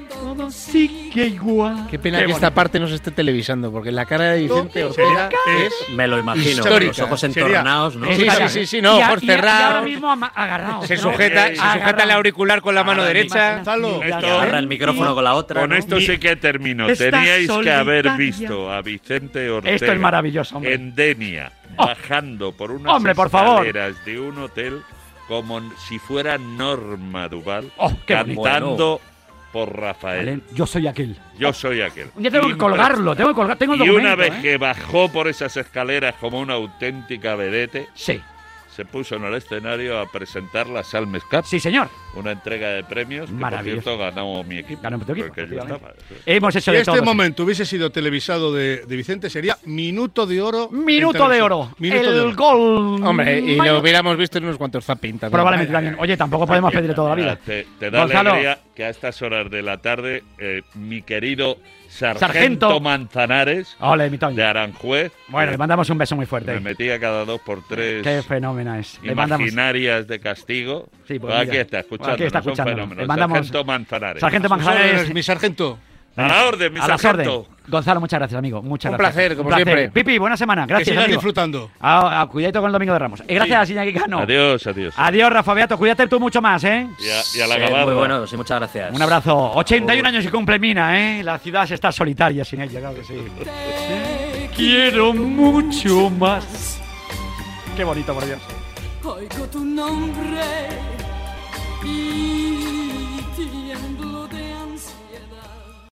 B: Todo sigue igual.
C: Qué pena
B: Qué
C: que esta parte no se esté televisando, porque la cara de Vicente Ortega es...
F: Me lo imagino, con
C: Histórica.
F: los ojos
D: Sería-
F: entornados, ¿no?
C: Sí, sí, sí, sí, no,
B: Y a-
C: ojos
B: y a- y ahora
C: cerrados.
B: mismo ama- agarrado.
C: Se
B: ¿no? Eh, Ah,
C: sujeta, se sujeta el
B: Agarrado.
C: auricular con la mano
B: Ahora
C: derecha.
B: mismo,
D: Gonzalo,
B: mira,
E: esto-
F: Agarra el micrófono con la otra.
E: Con
F: ¿no?
E: esto sí que termino.
B: Estás
E: Teníais que haber
B: solitaria.
E: visto a Vicente Ortega.
B: Esto es maravilloso, hombre.
E: En Denia,
B: Oh.
E: bajando por unas
B: Hombre, por favor.
E: escaleras de un hotel como si fuera Norma Duval
B: Oh, qué bonito.
E: cantando por Rafael.
B: Valen, Yo soy aquel.
E: Yo soy aquel.
B: Un día tengo que
E: Impre-
B: colgarlo, tengo que colgar, tengo el
E: Y una
B: documento.
E: vez
B: ¿eh?
E: que bajó por esas escaleras como una auténtica vedete,
B: Sí,
E: se puso en el escenario a presentar la Salmes Cup,
B: sí, señor.
E: una entrega de premios que, por
B: Maravilloso.
E: cierto, ganó mi equipo.
B: Ganó tu equipo,
E: porque yo
B: efectivamente.
E: estaba. ¿eh?
B: Hemos hecho
D: Si
B: de
D: este
B: todo.
D: momento hubiese sido televisado de, de Vicente, sería minuto de oro. en
B: Minuto de
D: televisión.
B: oro.
D: Minuto
B: el
D: de oro.
B: gol.
C: Hombre, y
B: mayor.
C: lo hubiéramos visto en unos cuantos zapping también.
B: Probablemente también. Oye, tampoco podemos pedirle toda la
E: Mira,
B: vida.
E: Te, te da
B: Gonzalo.
E: alegría que a estas horas de la tarde eh, mi querido sargento,
B: Sargento.
E: Manzanares
B: Ole, mi
E: de
B: Toño.
E: Aranjuez,
B: Bueno,
E: eh,
B: le mandamos un beso muy
E: me
B: fuerte.
E: metía cada dos por tres
B: Qué fenómena es. Le mandamos.
E: imaginarias de castigo. Ah,
B: Sí, pues
E: Aquí
B: mira.
E: está escuchando,
B: Aquí está
E: son
B: escuchándonos.
E: fenómenos.
B: Le mandamos-
E: sargento Manzanares.
C: Pues,
B: Sargento
C: eh,
D: Sus órdenes,
B: Manjares,
D: mi sargento.
E: A la orden, mi
B: A las
E: sargento.
B: órdenes. Gonzalo, muchas gracias, amigo. Muchas
E: Un
B: gracias.
E: placer, como siempre.
B: Pipi, buena semana.
E: Que
B: Gracias.
E: sigas
B: amigo.
E: disfrutando.
B: Ah, ah, cuidadito con el Domingo de Ramos. Eh, gracias, Iñaki Cano.
E: Adiós, adiós.
B: Adiós, Rafa Beato. Cuídate tú mucho más, ¿eh?
E: Y a, y a la
F: Sí,
E: gabarra.
F: muy bueno, sí, muchas gracias.
B: Un abrazo. 81 años y cumple Mina, ¿eh? La ciudad se está solitaria sin ella, claro que sí. Quiero mucho más. Qué bonito, por Dios.
L: Oigo tu nombre y